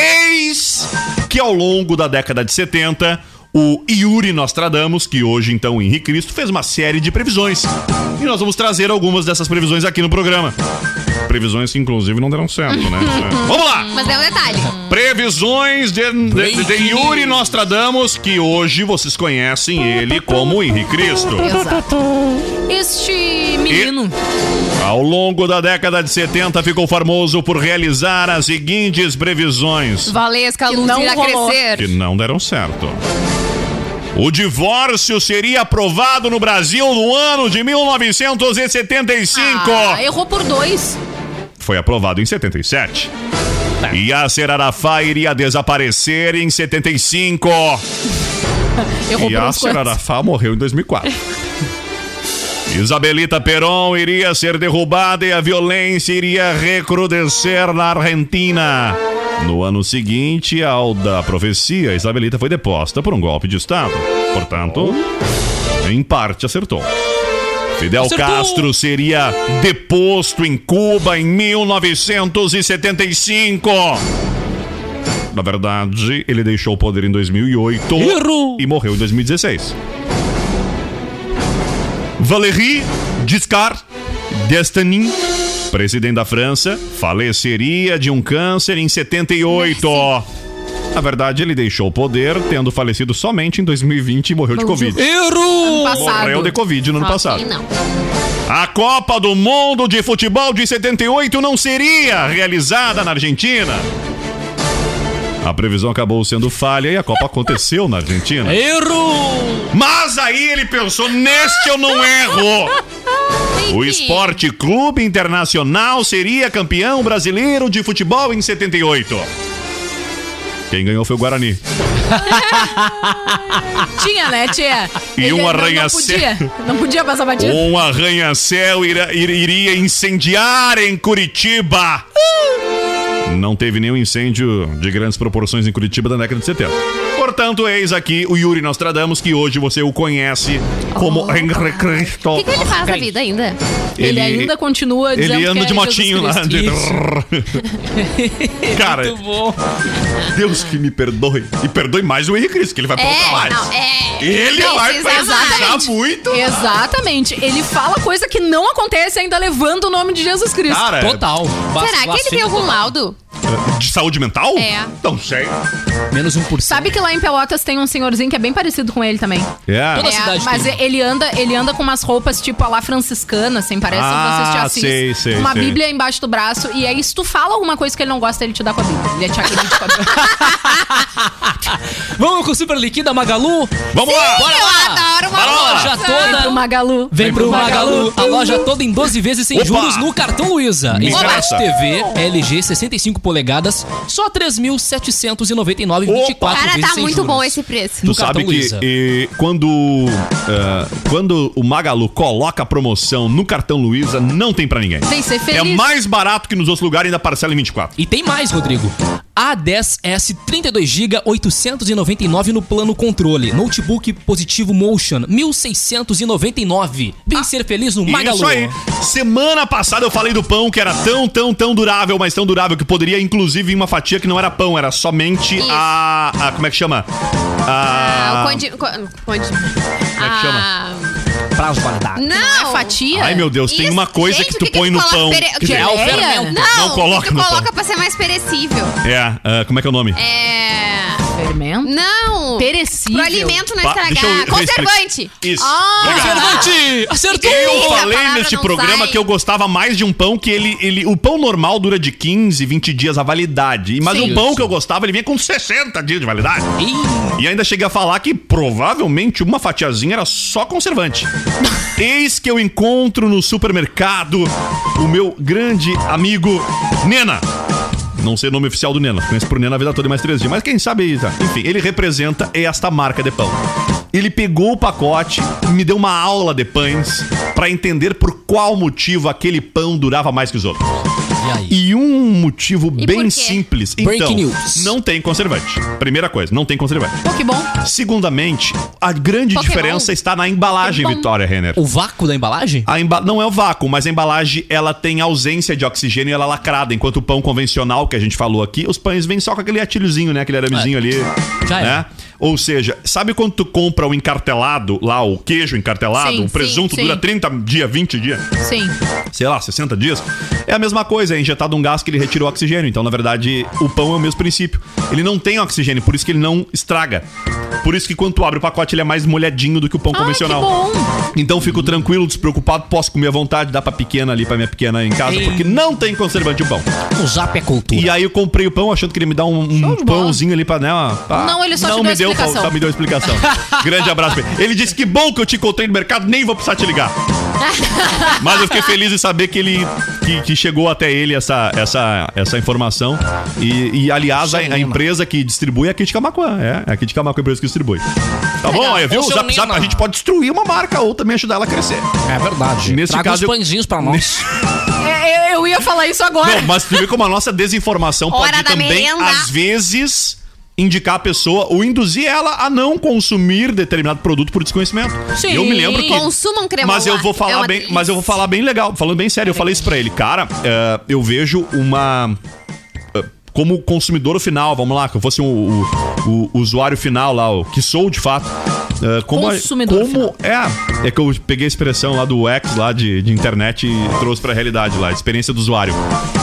S2: Eis que ao longo da década de 70, o Yuri Nostradamus, que hoje então Henri Cristo, fez uma série de previsões. E nós vamos trazer algumas dessas previsões aqui no programa. Previsões que inclusive não deram certo, né? vamos lá!
S5: Mas é um detalhe.
S2: Previsões de, de, de Yuri Nostradamus, que hoje vocês conhecem ele como Henri Cristo.
S3: Exato. Este menino.
S2: Ao longo da década de 70, ficou famoso por realizar as seguintes previsões
S5: Valesca,
S3: Que
S5: luz
S3: não
S5: irá
S3: rolou.
S2: que
S5: crescer.
S2: não deram certo. O divórcio seria aprovado no Brasil no ano de 1975.
S3: Ah, errou por dois.
S2: Foi aprovado em 77. Yasser Arafat iria desaparecer em 75.
S3: Errou por uns
S2: Yasser
S3: quantos.
S2: Arafat morreu em 2004. Isabelita Perón iria ser derrubada e a violência iria recrudescer na Argentina. No ano seguinte ao da profecia, Isabelita foi deposta por um golpe de Estado. Portanto, em parte acertou. Fidel
S4: Acertou!
S2: Castro seria deposto em Cuba em 1975. Na verdade, ele deixou o poder em 2008
S4: Erro!
S2: e morreu em 2016. Valéry Giscard d'Estaing, presidente da França, faleceria de um câncer em 78. Na verdade, ele deixou o poder, tendo falecido somente em 2020 e morreu de Covid.
S4: Erro!
S2: Morreu de
S3: Passado.
S2: Covid no ano
S5: E
S2: passado.
S5: não.
S2: A Copa do Mundo de Futebol de 78 não seria realizada na Argentina. A previsão acabou sendo falha e a Copa aconteceu na Argentina.
S4: Erro!
S2: Mas aí ele pensou, neste eu não erro. O
S5: Enfim.
S2: Esporte Clube Internacional seria campeão brasileiro de futebol em 78. Quem ganhou foi o Guarani.
S3: Tinha, né, tia?
S2: E
S3: Ele
S2: um
S3: não-
S2: arranha-céu.
S3: Não podia, não podia passar batido.
S2: Um arranha-céu ira- ir- iria incendiar em Curitiba. Não teve nenhum incêndio de grandes proporções em Curitiba da década de 70. Portanto, eis aqui o Yuri Nostradamus, que hoje você o conhece como Henry
S5: O
S2: Cristo.
S5: que, que ele faz na vida ainda?
S3: Ele, ainda continua dizendo
S2: Ele anda
S3: que
S2: de
S3: é
S2: motinho
S3: Jesus
S2: lá.
S3: Cristo.
S2: De... Cara,
S4: bom.
S2: Deus que me perdoe. E perdoe mais o Henrique Cristo, que ele vai
S5: É,
S2: faltar mais.
S5: não, é.
S2: Ele vai
S5: Precisa
S2: precisar
S5: mais.
S2: muito.
S3: Exatamente. Ele fala coisa que não acontece ainda levando o nome de Jesus Cristo.
S2: Cara,
S4: É. Total.
S5: Será que ele tem algum laudo?
S2: de saúde mental?
S5: É.
S2: Não sei.
S4: Menos 1%.
S3: Sabe que lá em Pelotas tem um senhorzinho que é bem parecido com ele também.
S2: É.
S4: Toda
S3: É,
S4: cidade
S3: mas
S4: tem.
S3: ele anda, ele anda com umas roupas tipo a lá franciscana, assim, parece
S2: Ah,
S3: São Francisco de Assis.
S2: sei, sei,
S3: uma
S2: sei.
S3: bíblia embaixo do braço e aí se tu fala alguma coisa que ele não gosta, ele te dá com a bíblia. Ele é te agride com a bíblia.
S4: Vamos com o Super Liquida Magalu.
S2: Vamos lá!
S4: Bora lá.
S5: Adoro
S4: A
S5: uma
S4: loja
S3: Vai pro
S4: toda.
S3: Tá Magalu.
S4: Vem pro Magalu. A loja toda em 12 vezes sem
S2: Opa.
S4: juros no cartão Luiza.
S2: Me
S4: Smart
S2: interessa.
S4: TV LG 65 polegadas, só 3.799,24
S5: Cara,
S4: vezes
S5: tá
S4: sem
S5: muito
S4: juros.
S5: bom esse preço.
S2: Tu
S4: No cartão
S2: sabe que
S4: Luiza.
S2: eh, quando, eh, quando o Magalu coloca a promoção no cartão Luiza, não tem pra ninguém.
S3: Vem ser
S2: É
S3: feliz.
S2: mais barato que nos outros lugares ainda parcela em 24.
S4: E tem mais, Rodrigo. A10S 32GB 899 no plano controle. Notebook positivo Motion 1699. Vem ser feliz no Magalu.
S2: Ah, Isso aí. Semana passada eu falei do pão que era tão, tão, tão durável, mas tão durável que poderia, inclusive, ir uma fatia que não era pão, era somente
S5: Isso.
S2: a, a- Como é que chama?
S5: Ah,
S2: A. é
S5: o condi... co- condi-
S2: que chama?
S5: Ah,
S4: Prazo
S2: Ah,
S4: guardado.
S5: Não.
S3: É fatia.
S2: Ai, meu Deus, tem
S5: Isso,
S2: uma coisa
S5: gente,
S2: que
S5: o
S2: tu põe no
S5: coloca
S2: pão.
S5: pere-
S2: Que
S4: é o
S5: Geleia?
S4: fermento.
S5: Não,
S2: Não coloca
S5: que tu
S2: no pão.
S5: coloca pra ser mais perecível.
S2: É, ah, como é que é o nome?
S5: É...
S3: Fermento.
S5: Não.
S3: Perecível.
S5: Pro alimento não
S2: Pa- deixa eu
S5: estragar.
S2: reexplicar.
S5: Conservante.
S2: Isso.
S5: Ah,
S2: Obrigado.
S4: Fervante! Acertou!
S2: Eu
S5: Ih, a
S2: falei
S5: palavra
S2: neste
S5: não
S2: programa
S5: sai.
S2: que eu gostava mais de um pão que ele, ele. O pão normal dura de 15, 20 dias a validade. Mas
S4: Sim.
S2: o pão que eu gostava, ele vinha com 60 dias de validade.
S4: Ih,
S2: E ainda cheguei a falar que provavelmente uma fatiazinha era só conservante. Eis que eu encontro no supermercado o meu grande amigo Nena. Não sei o nome oficial do Nena, conheço por Nena a vida toda e mais três dias, mas quem sabe aí, tá? Enfim, ele representa é esta marca de pão. Ele pegou o pacote, me deu uma aula de pães pra entender por qual motivo aquele pão durava mais que os outros.
S4: E aí?
S2: E um motivo
S5: E por
S2: bem
S5: quê?
S2: simples.
S4: Breaking
S2: então,
S4: news.
S2: não tem conservante. Primeira coisa, não tem conservante.
S3: Pô, que bom.
S2: Segundamente, a grande
S5: Pokémon.
S2: diferença está na embalagem,
S5: Pokémon.
S2: Vitória Renner.
S4: O vácuo da embalagem?
S2: A emba- Não é o vácuo, mas a embalagem ela tem ausência de oxigênio e ela é lacrada. Enquanto o pão convencional que a gente falou aqui, os pães vêm só com aquele atilhozinho, né? Aquele aramezinho ali.
S4: Já
S2: né? Ou seja, sabe quando tu compra o encartelado lá, o queijo encartelado,
S3: Sim,
S2: o presunto
S3: sim,
S2: dura
S3: sim.
S2: 30 dias, 20 dias?
S3: Sim.
S2: sei lá, 60 dias, é a mesma coisa, é injetado um gás que ele retira o oxigênio. Então, na verdade, o pão é o mesmo princípio. Ele não tem oxigênio, por isso que ele não estraga. Por isso que quando tu abre o pacote, ele é mais molhadinho do que o pão
S3: Ai, que
S2: convencional.
S3: bom.
S2: Então fico tranquilo, despreocupado, posso comer à vontade, dá pra pequena ali, pra minha pequena em casa,
S4: Ei.
S2: porque não tem conservante o pão.
S4: O zap é
S2: E
S4: cultura.
S2: aí eu comprei o pão achando que ele me dá um, um
S3: de bola.
S2: pãozinho ali pra, né? ó, pá.
S3: Não, ele só te
S2: não
S3: deu
S2: me
S3: a
S2: deu
S3: explicação.
S2: Só me deu a explicação. Grande abraço. pra Ele Ele disse que bom que eu te encontrei no mercado, nem vou precisar te ligar. Mas eu fiquei feliz em saber que ele que, que chegou até ele essa, essa, essa informação. E, e, aliás, a, a
S4: Chama.
S2: empresa que distribui é aqui de Camacuã. É, é aqui de Camacuã a empresa que distribui. Tá bom, aí, viu?
S4: Ô, seu
S2: Zap, zap,
S4: Nina.
S2: a gente pode destruir uma marca ou também ajudar ela a crescer.
S4: É verdade.
S2: Nesse
S4: Traga
S2: caso,
S4: uns
S2: eu-
S4: pãezinhos pra nós.
S3: É, eu, eu ia falar isso agora.
S2: Não, mas tu vê como a nossa desinformação
S5: Hora
S2: pode
S5: da
S2: também,
S5: merenda.
S2: às vezes, indicar a pessoa ou induzir ela a não consumir determinado produto por desconhecimento.
S3: Sim.
S2: Eu me lembro que.
S5: Consumam cremola.
S2: Mas eu vou
S5: É
S2: falar
S5: uma
S2: bem,
S5: delícia.
S2: mas eu vou falar bem legal, falando bem sério, eu falei isso pra ele, cara, é, eu vejo uma é, como consumidor final, vamos lá, que eu fosse o, o- o usuário final lá, o que sou de fato. é, como a-
S3: Consumidor
S2: como é, é que eu peguei a expressão lá do ex lá de, de internet e trouxe pra realidade lá, a experiência do usuário.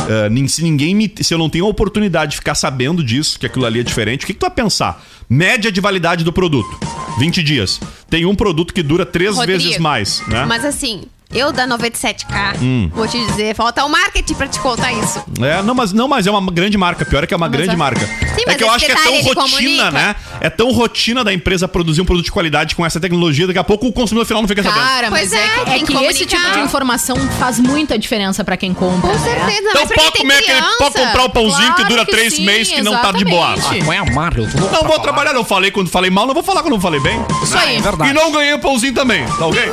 S2: É, nem- se ninguém me, se eu não tenho a oportunidade de ficar sabendo disso, que aquilo ali é diferente, o que, que tu vai pensar? Média de validade do produto, 20 dias. Tem um produto que dura três
S5: Rodrigo,
S2: vezes mais, né? Hum.
S5: Mas assim, Eu da 97K, vou te dizer, falta o marketing pra te contar isso.
S2: É, não, mas não, mas é uma grande marca. Pior é que é uma
S3: Mas
S2: grande
S3: é-
S2: marca. é
S5: mas
S2: que eu
S5: esse
S2: acho que é
S5: detalhe
S2: tão
S5: ele
S2: rotina,
S5: comunica.
S2: né? É tão rotina da empresa produzir um produto de qualidade com essa tecnologia, daqui a pouco o consumidor final não fica sabendo.
S3: Cara, mas
S5: Pois
S3: é,
S5: é,
S3: que- é
S5: tem
S3: que
S5: que
S3: esse tipo
S5: comunicar.
S3: de informação faz muita diferença pra quem compra.
S5: Com
S3: né?
S5: certeza,
S2: Então
S5: mas pra quem
S2: pode
S5: tem
S2: comer aquele- pode
S5: criança.
S2: comprar o pãozinho que
S3: Claro
S2: dura
S3: que
S2: três
S3: sim,
S2: meses que não tá de boa.
S3: exatamente.
S4: Qual é a marca? Eu tô louco
S2: Não
S4: pra
S2: vou
S4: falar.
S2: trabalhar, eu falei quando falei mal, não vou falar quando eu falei bem.
S3: Isso aí.
S4: É verdade.
S2: E Ah, não ganhei o pãozinho também, tá ok?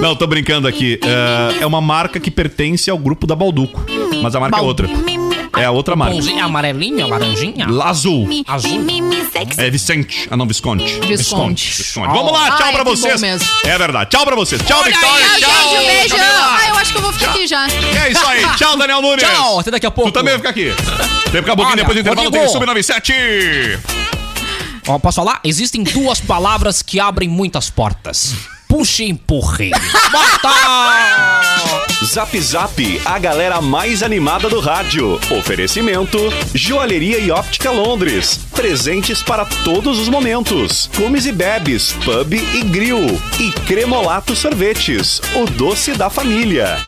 S2: Não, tô brincando aqui. É, é uma marca que pertence ao grupo da Balduco. Mas a marca é outra. É a outra marca.
S4: Pãozinho amarelinho, laranjinha.
S2: Lazul.
S4: Azul.
S2: É Vicente, ah não, Visconde.
S3: Visconde.
S2: Visconde. Vamos lá, tchau
S3: Ah, é
S2: pra
S3: que bom
S2: vocês.
S3: mesmo.
S2: É verdade. Tchau pra vocês. Tchau, Vitória.
S3: Tchau,
S2: Tchau.
S3: gente, um beijo.
S2: Camila.
S3: Ah, eu acho que eu vou ficar aqui já.
S2: É isso aí. Tchau, Daniel Nunes.
S4: Tchau, até daqui a pouco.
S2: Tu também vai ficar aqui. Daqui a pouquinho,
S4: Olha,
S2: depois do intervalo, tem
S4: Rodrigo.
S2: Sub-97.
S4: Ó, posso falar? Existem duas palavras que abrem muitas portas. Puxa e empurre. Bota!
S7: Zap Zap, a galera mais animada do rádio. Oferecimento: Joalheria e Óptica Londres. Presentes para todos os momentos. Comes e bebes, pub e grill. E Cremolato Sorvetes, o doce da família.